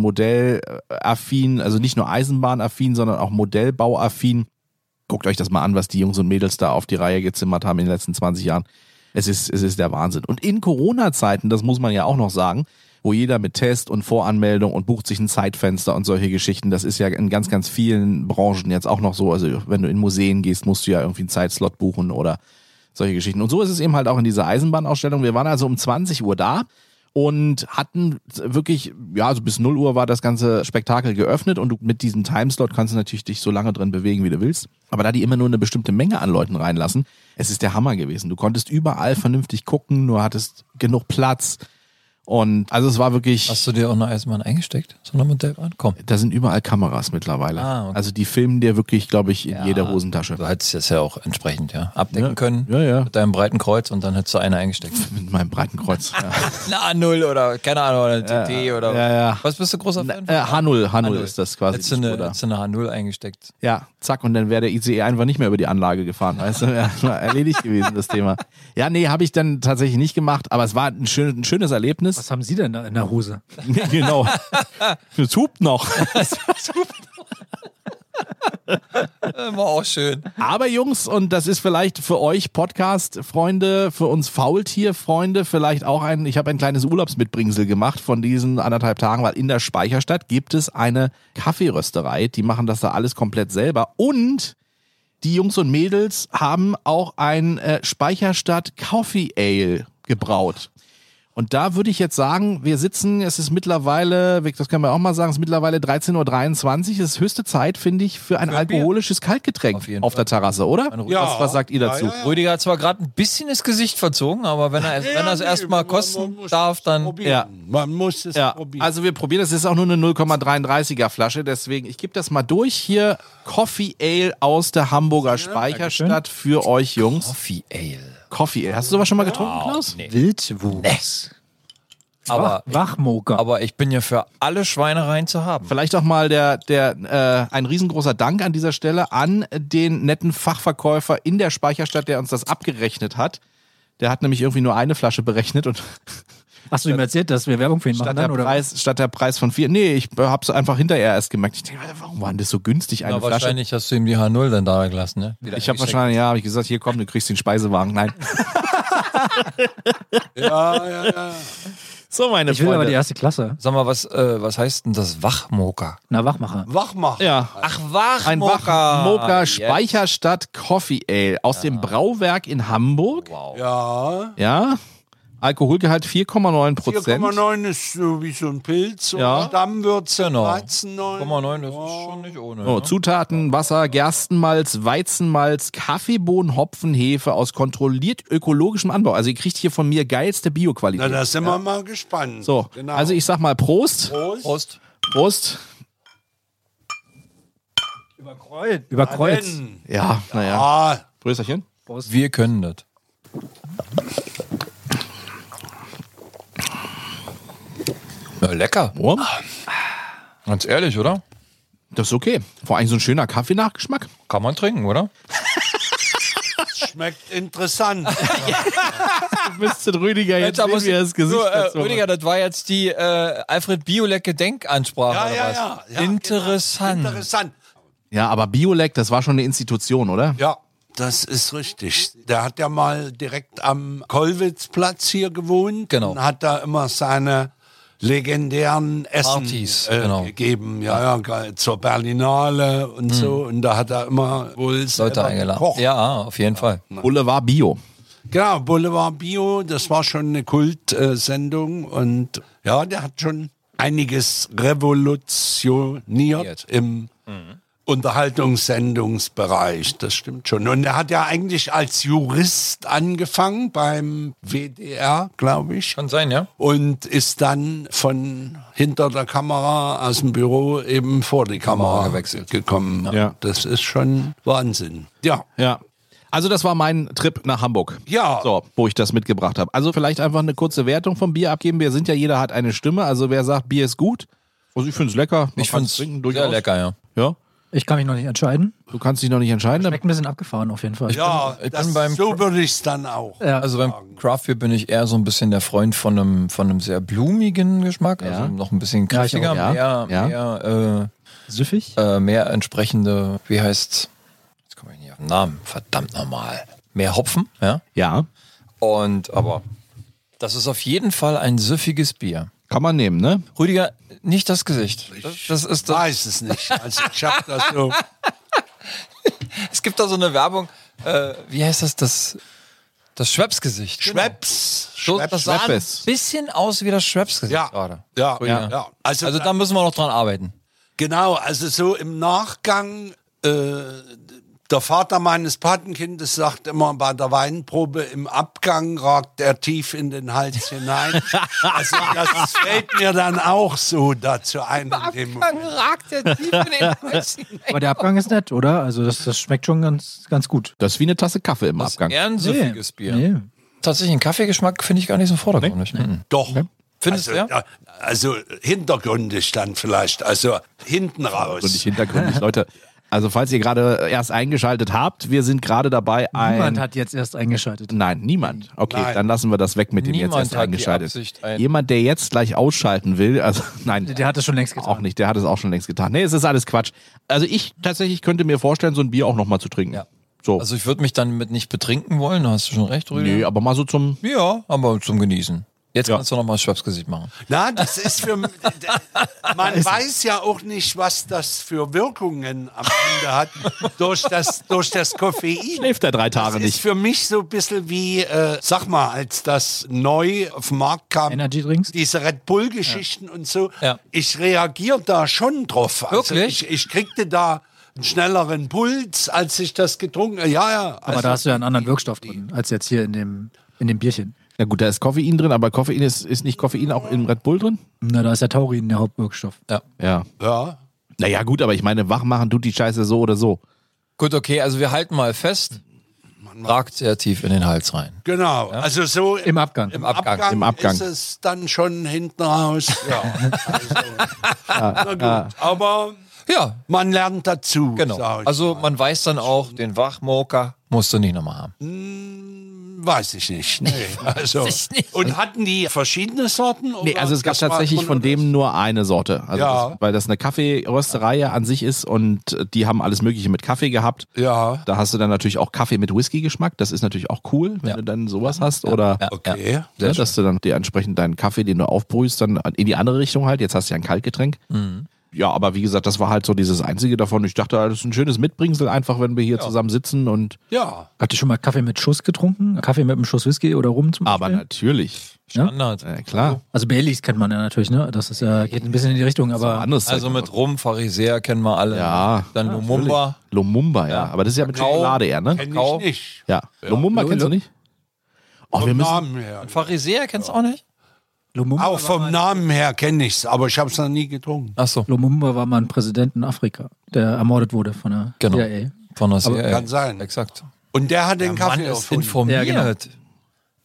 modellaffin, also nicht nur eisenbahnaffin, sondern auch modellbauaffin, guckt euch das mal an, was die Jungs und Mädels da auf die Reihe gezimmert haben in den letzten 20 Jahren. Es ist, es ist der Wahnsinn. Und in Corona-Zeiten, das muss man ja auch noch sagen, wo jeder mit Test und Voranmeldung und bucht sich ein Zeitfenster und solche Geschichten, das ist ja in ganz, ganz vielen Branchen jetzt auch noch so. Also wenn du in Museen gehst, musst du ja irgendwie einen Zeitslot buchen oder solche Geschichten. Und so ist es eben halt auch in dieser Eisenbahnausstellung. Wir waren also um 20 Uhr da und hatten wirklich, ja, also bis 0 Uhr war das ganze Spektakel geöffnet und du mit diesem Timeslot kannst du natürlich dich so lange drin bewegen, wie du willst. Aber da die immer nur eine bestimmte Menge an Leuten reinlassen, es ist der Hammer gewesen. Du konntest überall vernünftig gucken, nur hattest genug Platz. Und also es war wirklich. Hast du dir auch noch erstmal einen eingesteckt? So eine Modellbahn? Komm. Da sind überall Kameras mittlerweile. Ah, okay. Also die filmen dir wirklich, glaube ich, in jeder Hosentasche. Du hättest das ja auch entsprechend, ja. Abdecken können. Ja, ja. Mit deinem breiten Kreuz und dann hättest du eine eingesteckt. Mit meinem breiten Kreuz. ja. Na, null oder keine Ahnung, oder eine TT oder. ja, ja. Was bist du großer Fan? Äh, H0, H0 ist das quasi. Hättest du die eine, Spur da. hättest du eine H0 eingesteckt. Ja, zack, und dann wäre der ICE einfach nicht mehr über die Anlage gefahren. Weißt du, wäre schon erledigt gewesen, das Thema. Ja, nee, habe ich dann tatsächlich nicht gemacht, aber es war ein, schön, ein schönes Erlebnis. Was haben Sie denn da in der Hose? Nee, genau. Es hupt noch. Immer auch schön. Aber Jungs, und das ist vielleicht für euch Podcast-Freunde, für uns Faultier-Freunde vielleicht auch ein, ich habe ein kleines Urlaubsmitbringsel gemacht von diesen anderthalb Tagen, weil in der Speicherstadt gibt es eine Kaffeerösterei, die machen das da alles komplett selber und die Jungs und Mädels haben auch ein äh, Speicherstadt Coffee Ale gebraut. Und da würde ich jetzt sagen, wir sitzen, es ist mittlerweile, das können wir auch mal sagen, es ist mittlerweile 13.23 Uhr, es ist höchste Zeit, finde ich, für ein alkoholisches Kaltgetränk Auf jeden auf der Terrasse, oder? Ja. Was, was sagt ihr dazu? Ja, ja, ja. Rüdiger hat zwar gerade ein bisschen das Gesicht verzogen, aber wenn er es wenn er es nee, erstmal man- man kosten muss darf, dann. Probieren. Ja. Man muss es Ja, probieren. also wir probieren, das ist auch nur eine 0,33er Flasche, deswegen, ich gebe das mal durch hier, Coffee Ale aus der Hamburger Speicherstadt für euch Jungs. Coffee Ale. Coffee Ale, hast du sowas schon mal getrunken, Klaus? Wildwuchs. Aber, Wachmoker. aber ich bin ja für alle Schweinereien zu haben. Vielleicht auch mal der, der, äh, ein riesengroßer Dank an dieser Stelle an den netten Fachverkäufer in der Speicherstadt, der uns das abgerechnet hat. Der hat nämlich irgendwie nur eine Flasche berechnet und Hast du ihm erzählt, dass wir Werbung für ihn machen statt der, dann? Oder? Preis, statt der Preis von vier. Nee, ich hab's einfach hinterher erst gemerkt. Ich denke, warum war denn das so günstig, eine Na, Flasche? wahrscheinlich hast du ihm die H0 dann da gelassen, ne? Wieder Ich habe eingesteckt. wahrscheinlich, ja, hab ich gesagt, hier komm, du kriegst den Speisewagen. Nein. ja, ja, ja. So, meine Ich will aber die erste Klasse. Sag mal, was, äh, was heißt denn das Wachmoker? Na, Wachmacher. Wachmacher. ja. Ach, Wachmoker. Ein Wachmoker Jetzt. Speicherstadt Coffee Ale aus dem Brauwerk in Hamburg. Wow. Ja. Ja. Alkoholgehalt 4,9 Prozent. 4,9 ist so wie so ein Pilz. so Ja. Stammwürze, Genau. 13,9. 0,9, das ist schon nicht So, ohne. Oh, ne? Oh, Zutaten, Wasser, Gerstenmalz, Weizenmalz, Kaffeebohnen, Hopfen, Hefe aus kontrolliert ökologischem Anbau. Also ihr kriegt hier von mir geilste Na, Bioqualität. da sind wir mal gespannt. So, Genau. also ich sag mal Prost. Prost. Prost. Prost. Kreuz. Über Kreuz. Denn, Ja, naja. ah, Prösterchen. Wir können das. Na, lecker. Wurm. Ganz ehrlich, oder? Das ist okay. Vor allem so ein schöner Kaffeenachgeschmack. Kann man trinken, oder? schmeckt interessant. Müsste Rüdiger jetzt sehen, wie er das Gesicht so, äh, dazu macht. Rüdiger, das war jetzt die äh, Alfred Biolek Gedenkansprache Ja, oder ja, was? ja, ja, genau. Interessant. interessant. Ja, aber Biolek, das war schon eine Institution, oder? Ja, das ist richtig. Der hat ja mal direkt am Kollwitzplatz hier gewohnt. Genau. Und hat da immer seine legendären Essen Partys, äh, genau. Mhm. gegeben. Ja, ja, ge- zur Berlinale und so. Und da hat er immer wohl Leute selber eingeladen. gekocht. Ja, auf jeden Fall. Boulevard Bio. Genau, Boulevard Bio, das war schon eine Kultsendung. Und ja, der hat schon einiges revolutioniert Jetzt. im Unterhaltungssendungsbereich, das stimmt schon. Und er hat ja eigentlich als Jurist angefangen beim WDR, glaube ich, Kann sein, ja? und ist dann von hinter der Kamera aus dem Büro eben vor die Kamera, Kamera gewechselt. gekommen. Ja. Das ist schon Wahnsinn. Ja. Ja. Also das war mein Trip nach Hamburg. Ja. So, wo ich das mitgebracht habe. Also vielleicht einfach eine kurze Wertung vom Bier abgeben. Wir sind ja, jeder hat eine Stimme. Also wer sagt, Bier ist gut, also ich finde es lecker. Man Ich kann's find's trinken, sehr lecker, ja. Ja. Ich kann mich noch nicht entscheiden. Du kannst dich noch nicht entscheiden. Schmeckt ein bisschen abgefahren auf jeden Fall. Ja, ich bin das, beim- so würde ich es dann auch. Ja. Also beim Craft Beer bin ich eher so ein bisschen der Freund von einem, von einem sehr blumigen Geschmack, Ja. also noch ein bisschen Ja, ich auch, kräftiger, ja. Ja. mehr, mehr, süffig. äh, äh, mehr entsprechende, wie heißt's? Jetzt komme ich nicht auf den Namen, verdammt nochmal. Mehr Hopfen, ja. Ja. Und aber das ist auf jeden Fall ein süffiges Bier. Kann man nehmen, ne? Rüdiger, nicht das Gesicht. Das, das ist das, weiß es nicht. Also ich habe das so. es gibt da so eine Werbung, äh, wie heißt das? Das, das Schwepps-Gesicht. Genau. Genau. Schweppes. So, das sah ein Schweppes. bisschen aus wie das Schwepps-Gesicht Ja, gerade. ja, Rüdiger. ja, ja. Also, Also da müssen wir noch dran arbeiten. genau, also so im Nachgang, äh, der Vater meines Patenkindes sagt immer bei der Weinprobe, im Abgang ragt er tief in den Hals hinein. also das fällt mir dann auch so dazu ein. in dem Moment. ragt der tief in den Hals Aber der Abgang ist nett, oder? Also das, das schmeckt schon ganz, ganz gut. Das ist wie eine Tasse Kaffee im Abgang. Eher ein süffiges Bier. Nee. Tatsächlich, einen Kaffeegeschmack finde ich gar nicht so vordergründig. Mhm. Doch. Findest also, du, ja? Also hintergründig dann vielleicht, also hinten raus. Und nicht hintergründig. Leute, also falls ihr gerade erst eingeschaltet habt, wir sind gerade dabei ein... Niemand hat jetzt erst eingeschaltet. Nein, niemand. Okay, Nein. dann lassen wir das weg mit dem Niemand jetzt erst hat die eingeschaltet. Absicht, ein- Jemand, der jetzt gleich ausschalten will, also nein. Der hat das schon längst getan. Auch nicht, der hat es auch schon längst getan. Nee, es ist alles Quatsch. Also ich tatsächlich könnte mir vorstellen, so ein Bier auch nochmal zu trinken. Ja. So. Also ich würde mich dann mit nicht betrinken wollen, da hast du schon recht, nee, Rüdiger. aber mal so zum. Ja, aber zum Genießen. Jetzt Ja. kannst du nochmal Schwepps-Gesicht machen. Na, das ist für man weiß ja auch nicht, was das für Wirkungen am Ende hat durch das durch das Koffein. Schläft er drei Tage Das ist nicht. für mich so ein bisschen wie, äh, sag mal, als das neu auf den Markt kam, Energy Drinks? diese Red Bull-Geschichten und so, Ja. ich reagiere da schon drauf. Also Wirklich? Ich, ich kriegte da einen schnelleren Puls, als ich das getrunken habe. Ja, also, ja. Aber da hast du ja einen anderen Wirkstoff drin, als jetzt hier in dem, in dem Bierchen. Na gut, da ist Koffein drin, aber Koffein ist, ist nicht Koffein auch im Red Bull drin? Na, da ist der Taurin der Hauptwirkstoff. Ja. ja. Naja, gut, aber ich meine, wach machen tut die Scheiße so oder so. Gut, okay, also wir halten mal fest. Ragt sehr tief in den Hals rein. Genau, also so Im Abgang. Im Abgang, Abgang, im Abgang. ist es dann schon hinten raus. Ja, also, na gut. Aber Ja, man lernt dazu. genau. sag ich. Also man weiß dann auch, den Wachmoker musst du nicht nochmal haben. weiß ich nicht. Nee. Also, Und hatten die verschiedene Sorten? Nee, oder also es gab Oh, das war tatsächlich immer von nur dem nur eine Sorte. Also Ja. das, weil das eine Kaffeerösterei an sich ist und äh, die haben alles Mögliche mit Kaffee gehabt. das- Ja, Da hast du dann natürlich auch Kaffee mit Whisky-Geschmack. Das ist natürlich auch cool, wenn du dann sowas hast. Oder okay. ne, dass du dann dir entsprechend deinen Kaffee, den du aufbrühst, dann in die andere Richtung halt. Jetzt hast du ja ein Kaltgetränk. ja, aber wie gesagt, das war halt so dieses Einzige davon. Ich dachte, das ist ein schönes Mitbringsel, einfach wenn wir hier Ja. zusammen sitzen und. Ja. Habt ihr schon mal Kaffee mit Schuss getrunken? Kaffee mit einem Schuss Whisky oder Rum zum Aber ne- Beispiel? natürlich. Standard. Ja, klar. Also Baileys kennt man ja natürlich, ne? Das ist ja, geht ein bisschen in die Richtung, aber. Anders. Also mit Rum, Pharisäer kennen wir alle. ja. Dann Lumumba. Lumumba, ja. Aber das ist ja mit Kakao. Schokolade eher, ne? Kenn Kau. ich nicht. Ja. Lumumba Lu- kennst du Lu- nicht? Oh, wir Vom müssen. Namen her. Pharisäer kennst du auch nicht? Lumumba, Auch vom Namen her kenne ich es, aber ich habe es noch nie getrunken. Ach so, Lumumba war mal ein Präsident in Afrika, der ermordet wurde von der Genau. CIA. von der CIA. kann sein. Exakt. Und der hat den Kaffee Mann ist erfunden. informiert. Ja, genau.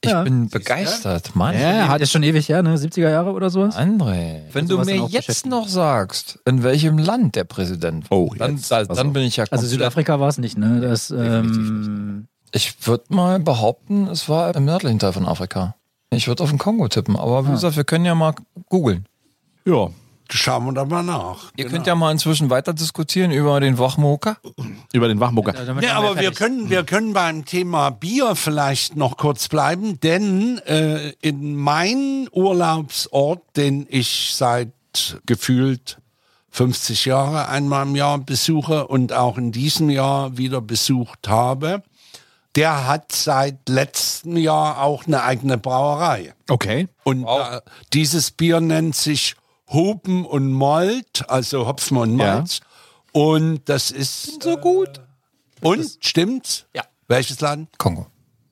Ich Ja. bin begeistert. Mann, Ja, Hat hat, das ist schon ewig her, ne? 70er Jahre oder sowas? André, wenn du sowas Also mir dann auch jetzt beschäftigen. noch sagst, in welchem Land der Präsident war, Oh, dann, jetzt. dann, Pass auf. dann bin ich ja Also komplett- Südafrika war es nicht, ne? Das, ähm, Ich würde mal behaupten, es war im nördlichen Teil von Afrika. Ich würde auf den Kongo tippen, aber wie Ah. gesagt, wir können ja mal googeln. ja. Schauen wir da mal nach. Ihr könnt ja mal inzwischen weiter diskutieren über den Wachmoka. Über den Wachmucker. ja, damit Ja, waren aber wir fertig. Hm. können, wir können beim Thema Bier vielleicht noch kurz bleiben, denn äh, in meinem Urlaubsort, den ich seit gefühlt 50 Jahre einmal im Jahr besuche und auch in diesem Jahr wieder besucht habe, der hat seit letztem Jahr auch eine eigene Brauerei. Okay. Und äh, dieses Bier nennt sich Hupen und Malt, also Hopfen und Ja. Malz. Und das ist. so gut. Und stimmt's? Ja. Welches Land? Kongo.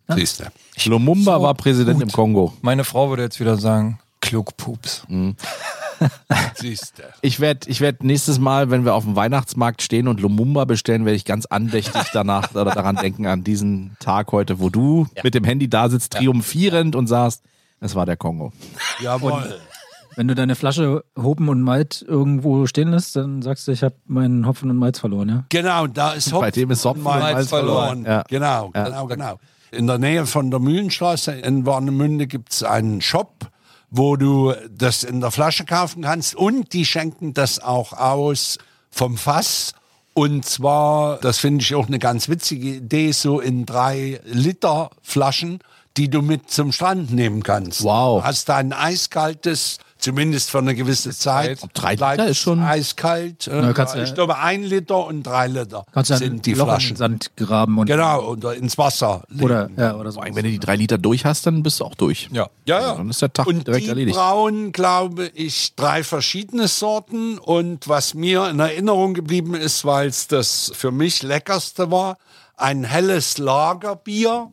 Siehst du. Lumumba war Präsident im Kongo. Meine Frau würde jetzt wieder sagen, Klugpups. Siehst du. Ich werde ich werd nächstes Mal, wenn wir auf dem Weihnachtsmarkt stehen und Lumumba bestellen, werde ich ganz andächtig danach oder daran denken, an diesen Tag heute, wo du mit dem Handy da sitzt, triumphierend und sagst, es war der Kongo. Jawohl. Wenn du deine Flasche Hopen und Malt irgendwo stehen lässt, dann sagst du, ich habe meinen Hopfen und Malz verloren, ja? Genau, da ist Bei dem ist Hopfen Malz und Malz verloren. Ja. Genau, genau, genau. In der Nähe von der Mühlenstraße in Warnemünde gibt es einen Shop, wo du das in der Flasche kaufen kannst und die schenken das auch aus vom Fass. Und zwar, das finde ich auch eine ganz witzige Idee, so in drei Liter Flaschen, die du mit zum Strand nehmen kannst. Wow. Du hast da ein eiskaltes, zumindest für eine gewisse Zeit. Drei Liter bleibt ist schon- eiskalt. äh, Na, kannst du- ich glaube, ein Liter und drei Liter Kannst du ein sind die Loch in den Flaschen. Sand graben und Genau, oder ins Wasser. legen. oder, ja, oder so. Vor allem, wenn du die drei Liter durch hast, dann bist du auch durch. Ja. ja, ja. Dann ist der Tag und direkt die erledigt. brauen, glaube ich, drei verschiedene Sorten. Und was mir in Erinnerung geblieben ist, weil es das für mich leckerste war, ein helles Lagerbier.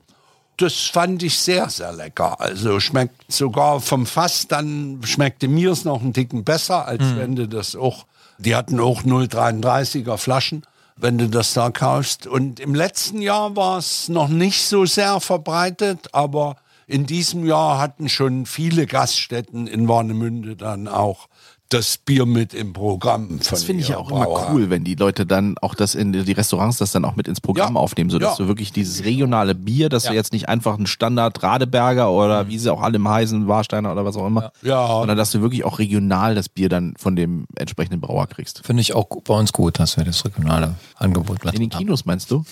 Das fand ich sehr, sehr lecker. Also schmeckt sogar vom Fass, dann schmeckte mir es noch einen Ticken besser, als wenn du das auch, die hatten auch 0,33er Flaschen, wenn du das da kaufst. Und im letzten Jahr war es noch nicht so sehr verbreitet, aber in diesem Jahr hatten schon viele Gaststätten in Warnemünde dann auch das Bier mit im Programm. Von Das finde ich ihrer ja auch immer Brauerei. cool, wenn die Leute dann auch das in die Restaurants das dann auch mit ins Programm Ja. aufnehmen, so dass Ja. du wirklich dieses regionale Bier, dass du jetzt nicht einfach einen Standard Radeberger oder wie sie auch alle im heißen Warsteiner oder was auch immer, Ja. sondern dass du wirklich auch regional das Bier dann von dem entsprechenden Brauer kriegst. Finde ich auch bei uns gut, dass wir das regionale Angebot In den lassen. Kinos meinst du?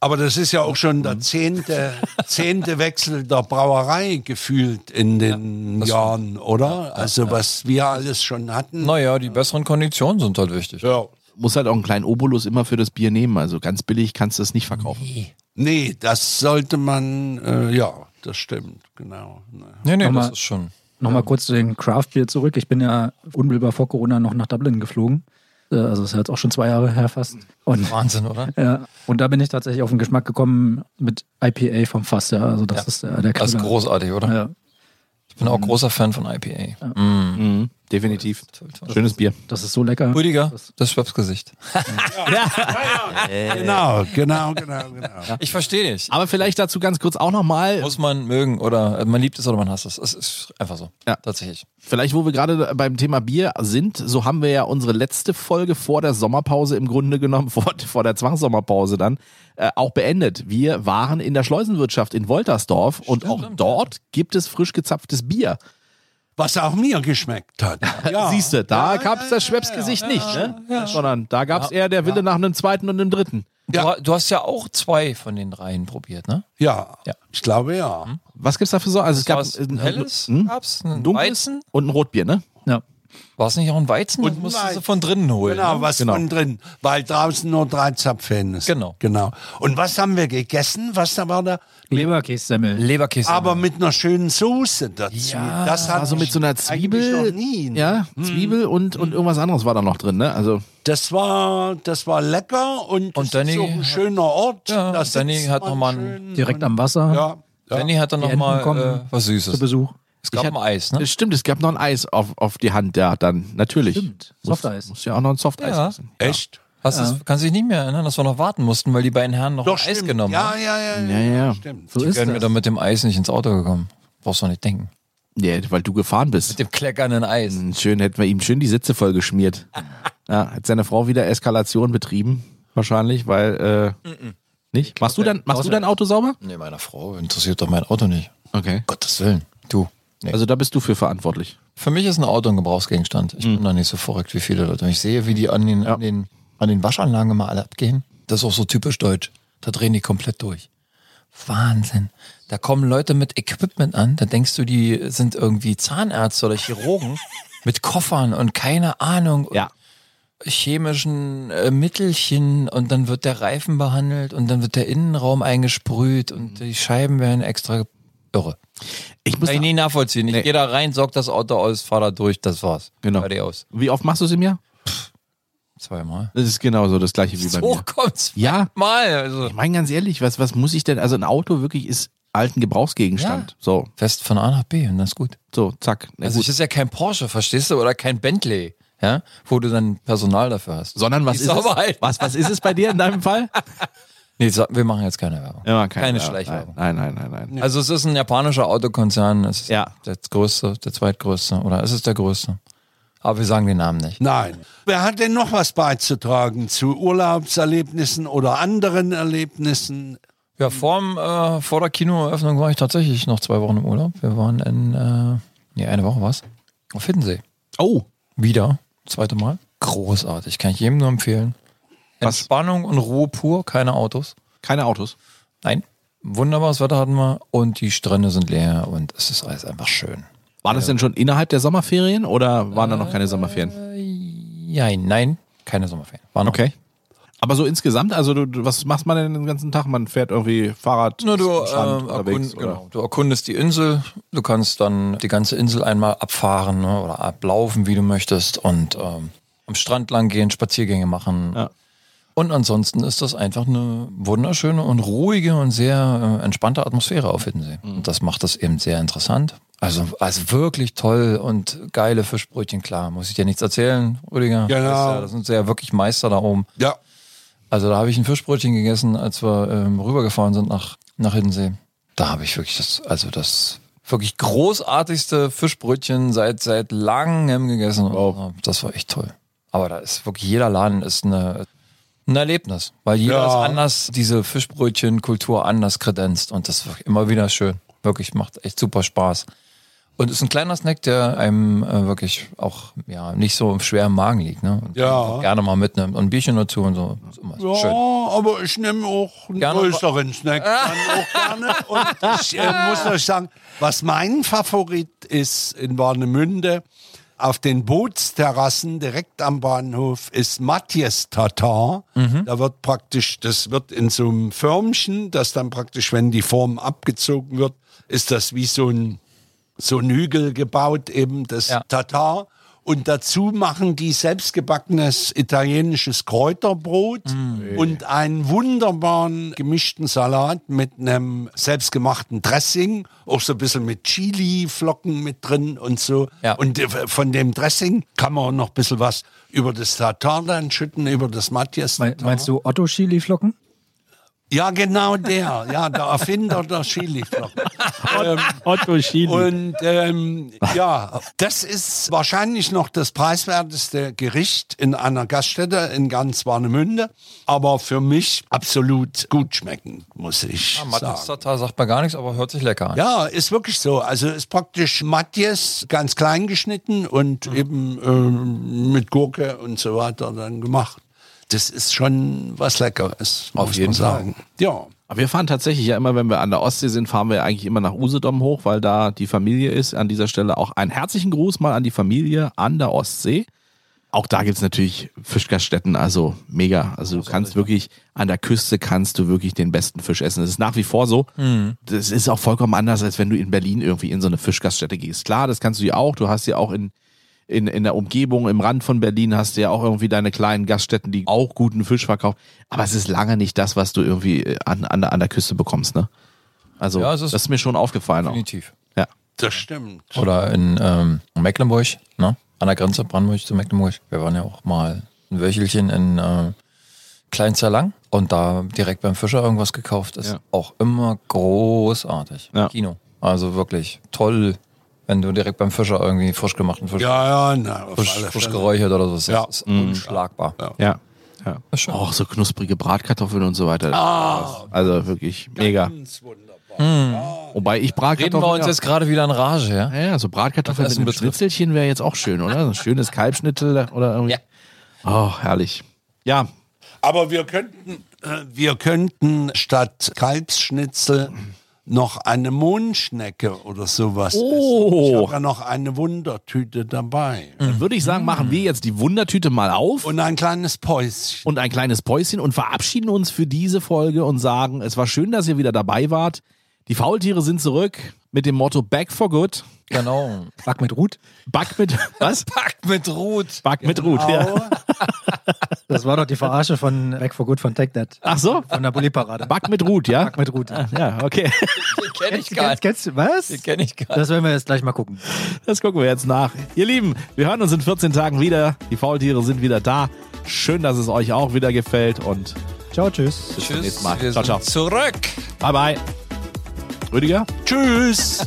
Aber das ist ja auch schon Mhm. der zehnte, zehnte Wechsel der Brauerei gefühlt in den Jahren, oder? Also was wir alles schon hatten. Naja, die besseren Konditionen sind halt wichtig. Ja. Muss halt auch einen kleinen Obolus immer für das Bier nehmen, also ganz billig kannst du es nicht verkaufen. Nee, das sollte man, äh, ja, das stimmt, genau. Nee, nee, Nochmal- das ist schon. Nochmal kurz zu den Craft Beer zurück. Ich bin ja unmittelbar vor Corona noch nach Dublin geflogen. Äh, Also ist ja jetzt auch schon zwei Jahre her fast. Und Wahnsinn, oder? Ja, und da bin ich tatsächlich auf den Geschmack gekommen mit IPA vom Fass, ja. Also das ist der, der Das ist Knüller. großartig, oder? Ja, Ich bin auch großer Fan von IPA. Mhm, definitiv. Schönes Bier. das ist so lecker. Rüdiger, das Schwabsgesicht. Äh. Genau, genau, genau, genau. Ich verstehe nicht. Aber vielleicht dazu ganz kurz auch nochmal, Muss man mögen oder äh, man liebt es oder man hasst es. Es ist einfach so. Ja. Tatsächlich. Vielleicht, wo wir gerade beim Thema Bier sind, so haben wir ja unsere letzte Folge vor der Sommerpause im Grunde genommen, vor, vor der Zwangssommerpause dann, äh, auch beendet. Wir waren in der Schleusenwirtschaft in Woltersdorf und auch dort gibt es frisch gezapftes Bier. Was auch mir geschmeckt hat. Ja. Siehst du, da Ja, gab es ja, das ja, Schwepsgesicht ja, nicht, ja, ne? sondern da gab es eher der Wille nach einem zweiten und einem dritten. Du, ha- du hast ja auch zwei von den dreien probiert, ne? Ja, Ja. ich glaube ja. Was gibt's da für so? Also es gab Was, ein äh, helles hm? gab's, ein dunkles Weizen. und ein Rotbier, ne? Ja. War es nicht auch ein Weizen? Und musstest du von drinnen holen. Genau, ne? was Genau. von drinnen, weil draußen nur drei Zapfen ist. Genau. genau. Und was haben wir gegessen? Was da war da? Leberkässemmel. Leberkäse. Aber mit einer schönen Soße dazu. Ja, das hat also mit so einer Zwiebel. Ja, Hm. Zwiebel und, und irgendwas anderes war da noch drin, ne? Also, Das war, das war lecker und, Und das Danny ist auch ein schöner Ort. Ja, das Danny hat nochmal einen. Direkt am Wasser. Hm. Ja. Danny hat dann Die Enten kommen nochmal äh, was Süßes. Zu Besuch. Es gab ein Eis, ne? Es Stimmt, es gab noch ein Eis auf, auf die Hand, ja, dann, natürlich. Stimmt, Softeis. Muss, muss ja auch noch ein Softeis Ja. essen. Echt? Hast Ja. du kannst dich nicht mehr erinnern, dass wir noch warten mussten, weil die beiden Herren noch Doch, ein Eis stimmt. genommen Ja, haben. ja, ja. Ja, ja. So die wären wir dann mit dem Eis nicht ins Auto gekommen. Brauchst du nicht denken. Ja, weil du gefahren bist. Mit dem kleckernden Eis. Schön, hätten wir ihm schön die Sitze voll geschmiert. ja, hat seine Frau wieder Eskalation betrieben, wahrscheinlich, weil, äh, nicht? Machst du dann, machst du dein Auto sauber? Nee, meiner Frau interessiert doch mein Auto nicht. Um Okay. Gottes Willen. Du. Also da bist du für verantwortlich. Für mich ist ein Auto ein Gebrauchsgegenstand. Ich bin da nicht so verrückt wie viele Leute. Ich sehe, wie die an den, an den, an den Waschanlagen immer alle abgehen. Das ist auch so typisch deutsch. Da drehen die komplett durch. Wahnsinn. Da kommen Leute mit Equipment an, da denkst du, die sind irgendwie Zahnärzte oder Chirurgen mit Koffern und keine Ahnung. Ja. Chemischen äh, Mittelchen und dann wird der Reifen behandelt und dann wird der Innenraum eingesprüht und die Scheiben werden extra irre. Ich muss Kann ich nie nachvollziehen. Ich gehe da rein, sorg das Auto aus, fahr da durch, das war's. Genau. Fertig aus. Wie oft machst du es im Jahr? Zweimal. Das ist genauso das gleiche wie bei mir. Hochkommt's. Ja. Mal. Also. Ich meine ganz ehrlich, was, was muss ich denn? Also ein Auto wirklich ist alten Gebrauchsgegenstand. So. Fest von A nach B und dann ist gut. So, zack. Na Also gut. es ist ja kein Porsche, verstehst du? Oder kein Bentley, ja? Wo du dann Personal dafür hast. Sondern was Die ist es? Sauberheit. Was, was ist es bei dir in deinem Fall? Nee, so- wir machen jetzt keine Werbung. Ja, Keine Ahnung. Schleichwerbung. Nein, nein, nein, nein. nein. Also es ist ein japanischer Autokonzern. Es ist Ja. der größte, der zweitgrößte. Oder ist es der größte? Aber wir sagen den Namen nicht. Nein. Wer hat denn noch was beizutragen zu Urlaubserlebnissen oder anderen Erlebnissen? Ja, vorm, äh, vor der Kinoeröffnung war ich tatsächlich noch zwei Wochen im Urlaub. Wir waren in, äh, nee, eine Woche war's. Auf Hiddensee. Oh. Wieder. Zweite Mal. Großartig. Kann ich jedem nur empfehlen. Entspannung und Ruhe pur. Keine Autos. Keine Autos. Nein. Wunderbares Wetter hatten wir und die Strände sind leer und es ist alles einfach schön. War Äh. das denn schon innerhalb der Sommerferien oder waren da noch keine Äh. Sommerferien? Ja, nein, keine Sommerferien. War noch Okay. Aber so insgesamt, also du, du, was macht man denn den ganzen Tag? Man fährt irgendwie Fahrrad, Na, du, am Strand ähm, unterwegs, erkund, oder? genau. du erkundest die Insel, du kannst dann die ganze Insel einmal abfahren ne, oder ablaufen, wie du möchtest und ähm, am Strand lang gehen, Spaziergänge machen. Ja. Und ansonsten ist das einfach eine wunderschöne und ruhige und sehr äh, entspannte Atmosphäre auf Hiddensee. Mhm. Und das macht das eben sehr interessant. Also, also wirklich toll und geile Fischbrötchen, klar, muss ich dir nichts erzählen, Rüdiger. Genau. Das, ist ja, das sind sie ja wirklich Meister da oben. Ja. Also da habe ich ein Fischbrötchen gegessen, als wir ähm, rübergefahren sind nach, nach Hiddensee. Da habe ich wirklich das, also das wirklich großartigste Fischbrötchen seit seit langem gegessen. Und, äh, Das war echt toll. Aber da ist wirklich jeder Laden ist eine, ein Erlebnis, weil jeder Ja. ist anders diese Fischbrötchenkultur anders kredenzt und das ist wirklich immer wieder schön. Wirklich macht echt super Spaß. Und ist ein kleiner Snack, der einem äh, wirklich auch ja nicht so schwer im Magen liegt, ne? Und Ja. auch gerne mal mitnimmt und ein Bierchen dazu und so. Ist immer Ja, schön. aber ich nehme auch einen Gerne- größeren Snack. Dann auch gerne. Und ich äh, muss euch sagen, was mein Favorit ist in Warnemünde, auf den Bootsterrassen direkt am Bahnhof ist Matthias Tatar. Mhm. Da wird praktisch, das wird in so einem Förmchen, das dann praktisch, wenn die Form abgezogen wird, ist das wie so ein so einen Hügel gebaut, eben das Tatar. Und dazu machen die selbstgebackenes italienisches Kräuterbrot und einen wunderbaren gemischten Salat mit einem selbstgemachten Dressing, auch so ein bisschen mit Chili-Flocken mit drin und so. Ja. Und äh, von dem Dressing kann man auch noch ein bisschen was über das Tatar dann schütten, über das Matthias. Me meinst du Otto-Chili-Flocken? Ja, genau der, ja, der Erfinder der Chili-Flocken. Otto Chili. Und ähm, ja, das ist wahrscheinlich noch das preiswerteste Gericht in einer Gaststätte in ganz Warnemünde, aber für mich absolut gut schmeckend, muss ich Ja, Matthias sagen. Tatar sagt mir gar nichts, aber hört sich lecker an. Ja, ist wirklich so. Also ist praktisch Matthias ganz klein geschnitten und Mhm. eben ähm, mit Gurke und so weiter dann gemacht. Das ist schon was Leckeres, Auf muss jeden man sagen. Ja. Aber wir fahren tatsächlich ja immer, wenn wir an der Ostsee sind, fahren wir eigentlich immer nach Usedom hoch, weil da die Familie ist. An dieser Stelle auch einen herzlichen Gruß mal an die Familie an der Ostsee. Auch da gibt's natürlich Fischgaststätten, also mega. Also du kannst wirklich, an der Küste kannst du wirklich den besten Fisch essen. Das ist nach wie vor so. Mhm. Das ist auch vollkommen anders, als wenn du in Berlin irgendwie in so eine Fischgaststätte gehst. Klar, das kannst du ja auch. Du hast ja auch in, in, in der Umgebung, im Rand von Berlin hast du ja auch irgendwie deine kleinen Gaststätten, die auch guten Fisch verkaufen. Aber es ist lange nicht das, was du irgendwie äh, an, an, der- an der Küste bekommst, ne? Also, Ja, es das ist- ist mir schon aufgefallen. Auch. Definitiv. Ja. Das stimmt. Oder in ähm, Mecklenburg, ne? an der Grenze Brandenburg zu Mecklenburg. Wir waren ja auch mal ein Wöchelchen in äh, Kleinzerlang und da direkt beim Fischer irgendwas gekauft. Ist Ja. auch immer großartig. Ja. Kino. Also wirklich toll, wenn du direkt beim Fischer irgendwie frisch gemachten Fisch, Ja, ja, na, auf frisch, alle frisch Fälle. geräuchert oder so. Das Ja. ist unschlagbar. Ja. ja. schön. Auch so knusprige Bratkartoffeln und so weiter. Ah. Also wirklich mega. Ganz wunderbar. Hm. Wobei ich Ah. Reden wir Bratkartoffeln. uns jetzt gerade wieder in Rage, ja? ja, ja, so Bratkartoffeln Was mit Essen einem betrifft. Schnitzelchen wäre jetzt auch schön, oder? So ein schönes Kalbschnitzel oder irgendwie. Ja. Oh, herrlich. Ja, Aber wir könnten, äh, wir könnten statt Kalbsschnitzel noch eine Mohnschnecke oder sowas. Oh. Essen. Ich habe ja noch eine Wundertüte dabei. Mhm. dann würde ich sagen, machen wir jetzt die Wundertüte mal auf. Und ein kleines Päuschen. und ein kleines Päuschen und verabschieden uns für diese Folge und sagen, es war schön, dass ihr wieder dabei wart. Die Faultiere sind zurück mit dem Motto Back for Good. Genau. Back mit Ruth. Back mit was? Packt mit Ruth. Back mit Ruth, ja. Das war doch die Verarsche von Back for Good von TechNet. Ach so? Von der Bulli-Parade. Back mit Ruth, ja? Back mit Ruth. Ja, okay. Kenn ich gar nicht. Kennst du, was? Den kenn ich gar nicht. Das werden wir jetzt gleich mal gucken. Das gucken wir jetzt nach. Ihr Lieben, wir hören uns in 14 Tagen wieder. Die Faultiere sind wieder da. Schön, dass es euch auch wieder gefällt und Ciao, tschüss. bis zum nächsten Tschüss. Mal. Wir Ciao, ciao. sind zurück. Bye, bye. Rüdiger? Tschüss.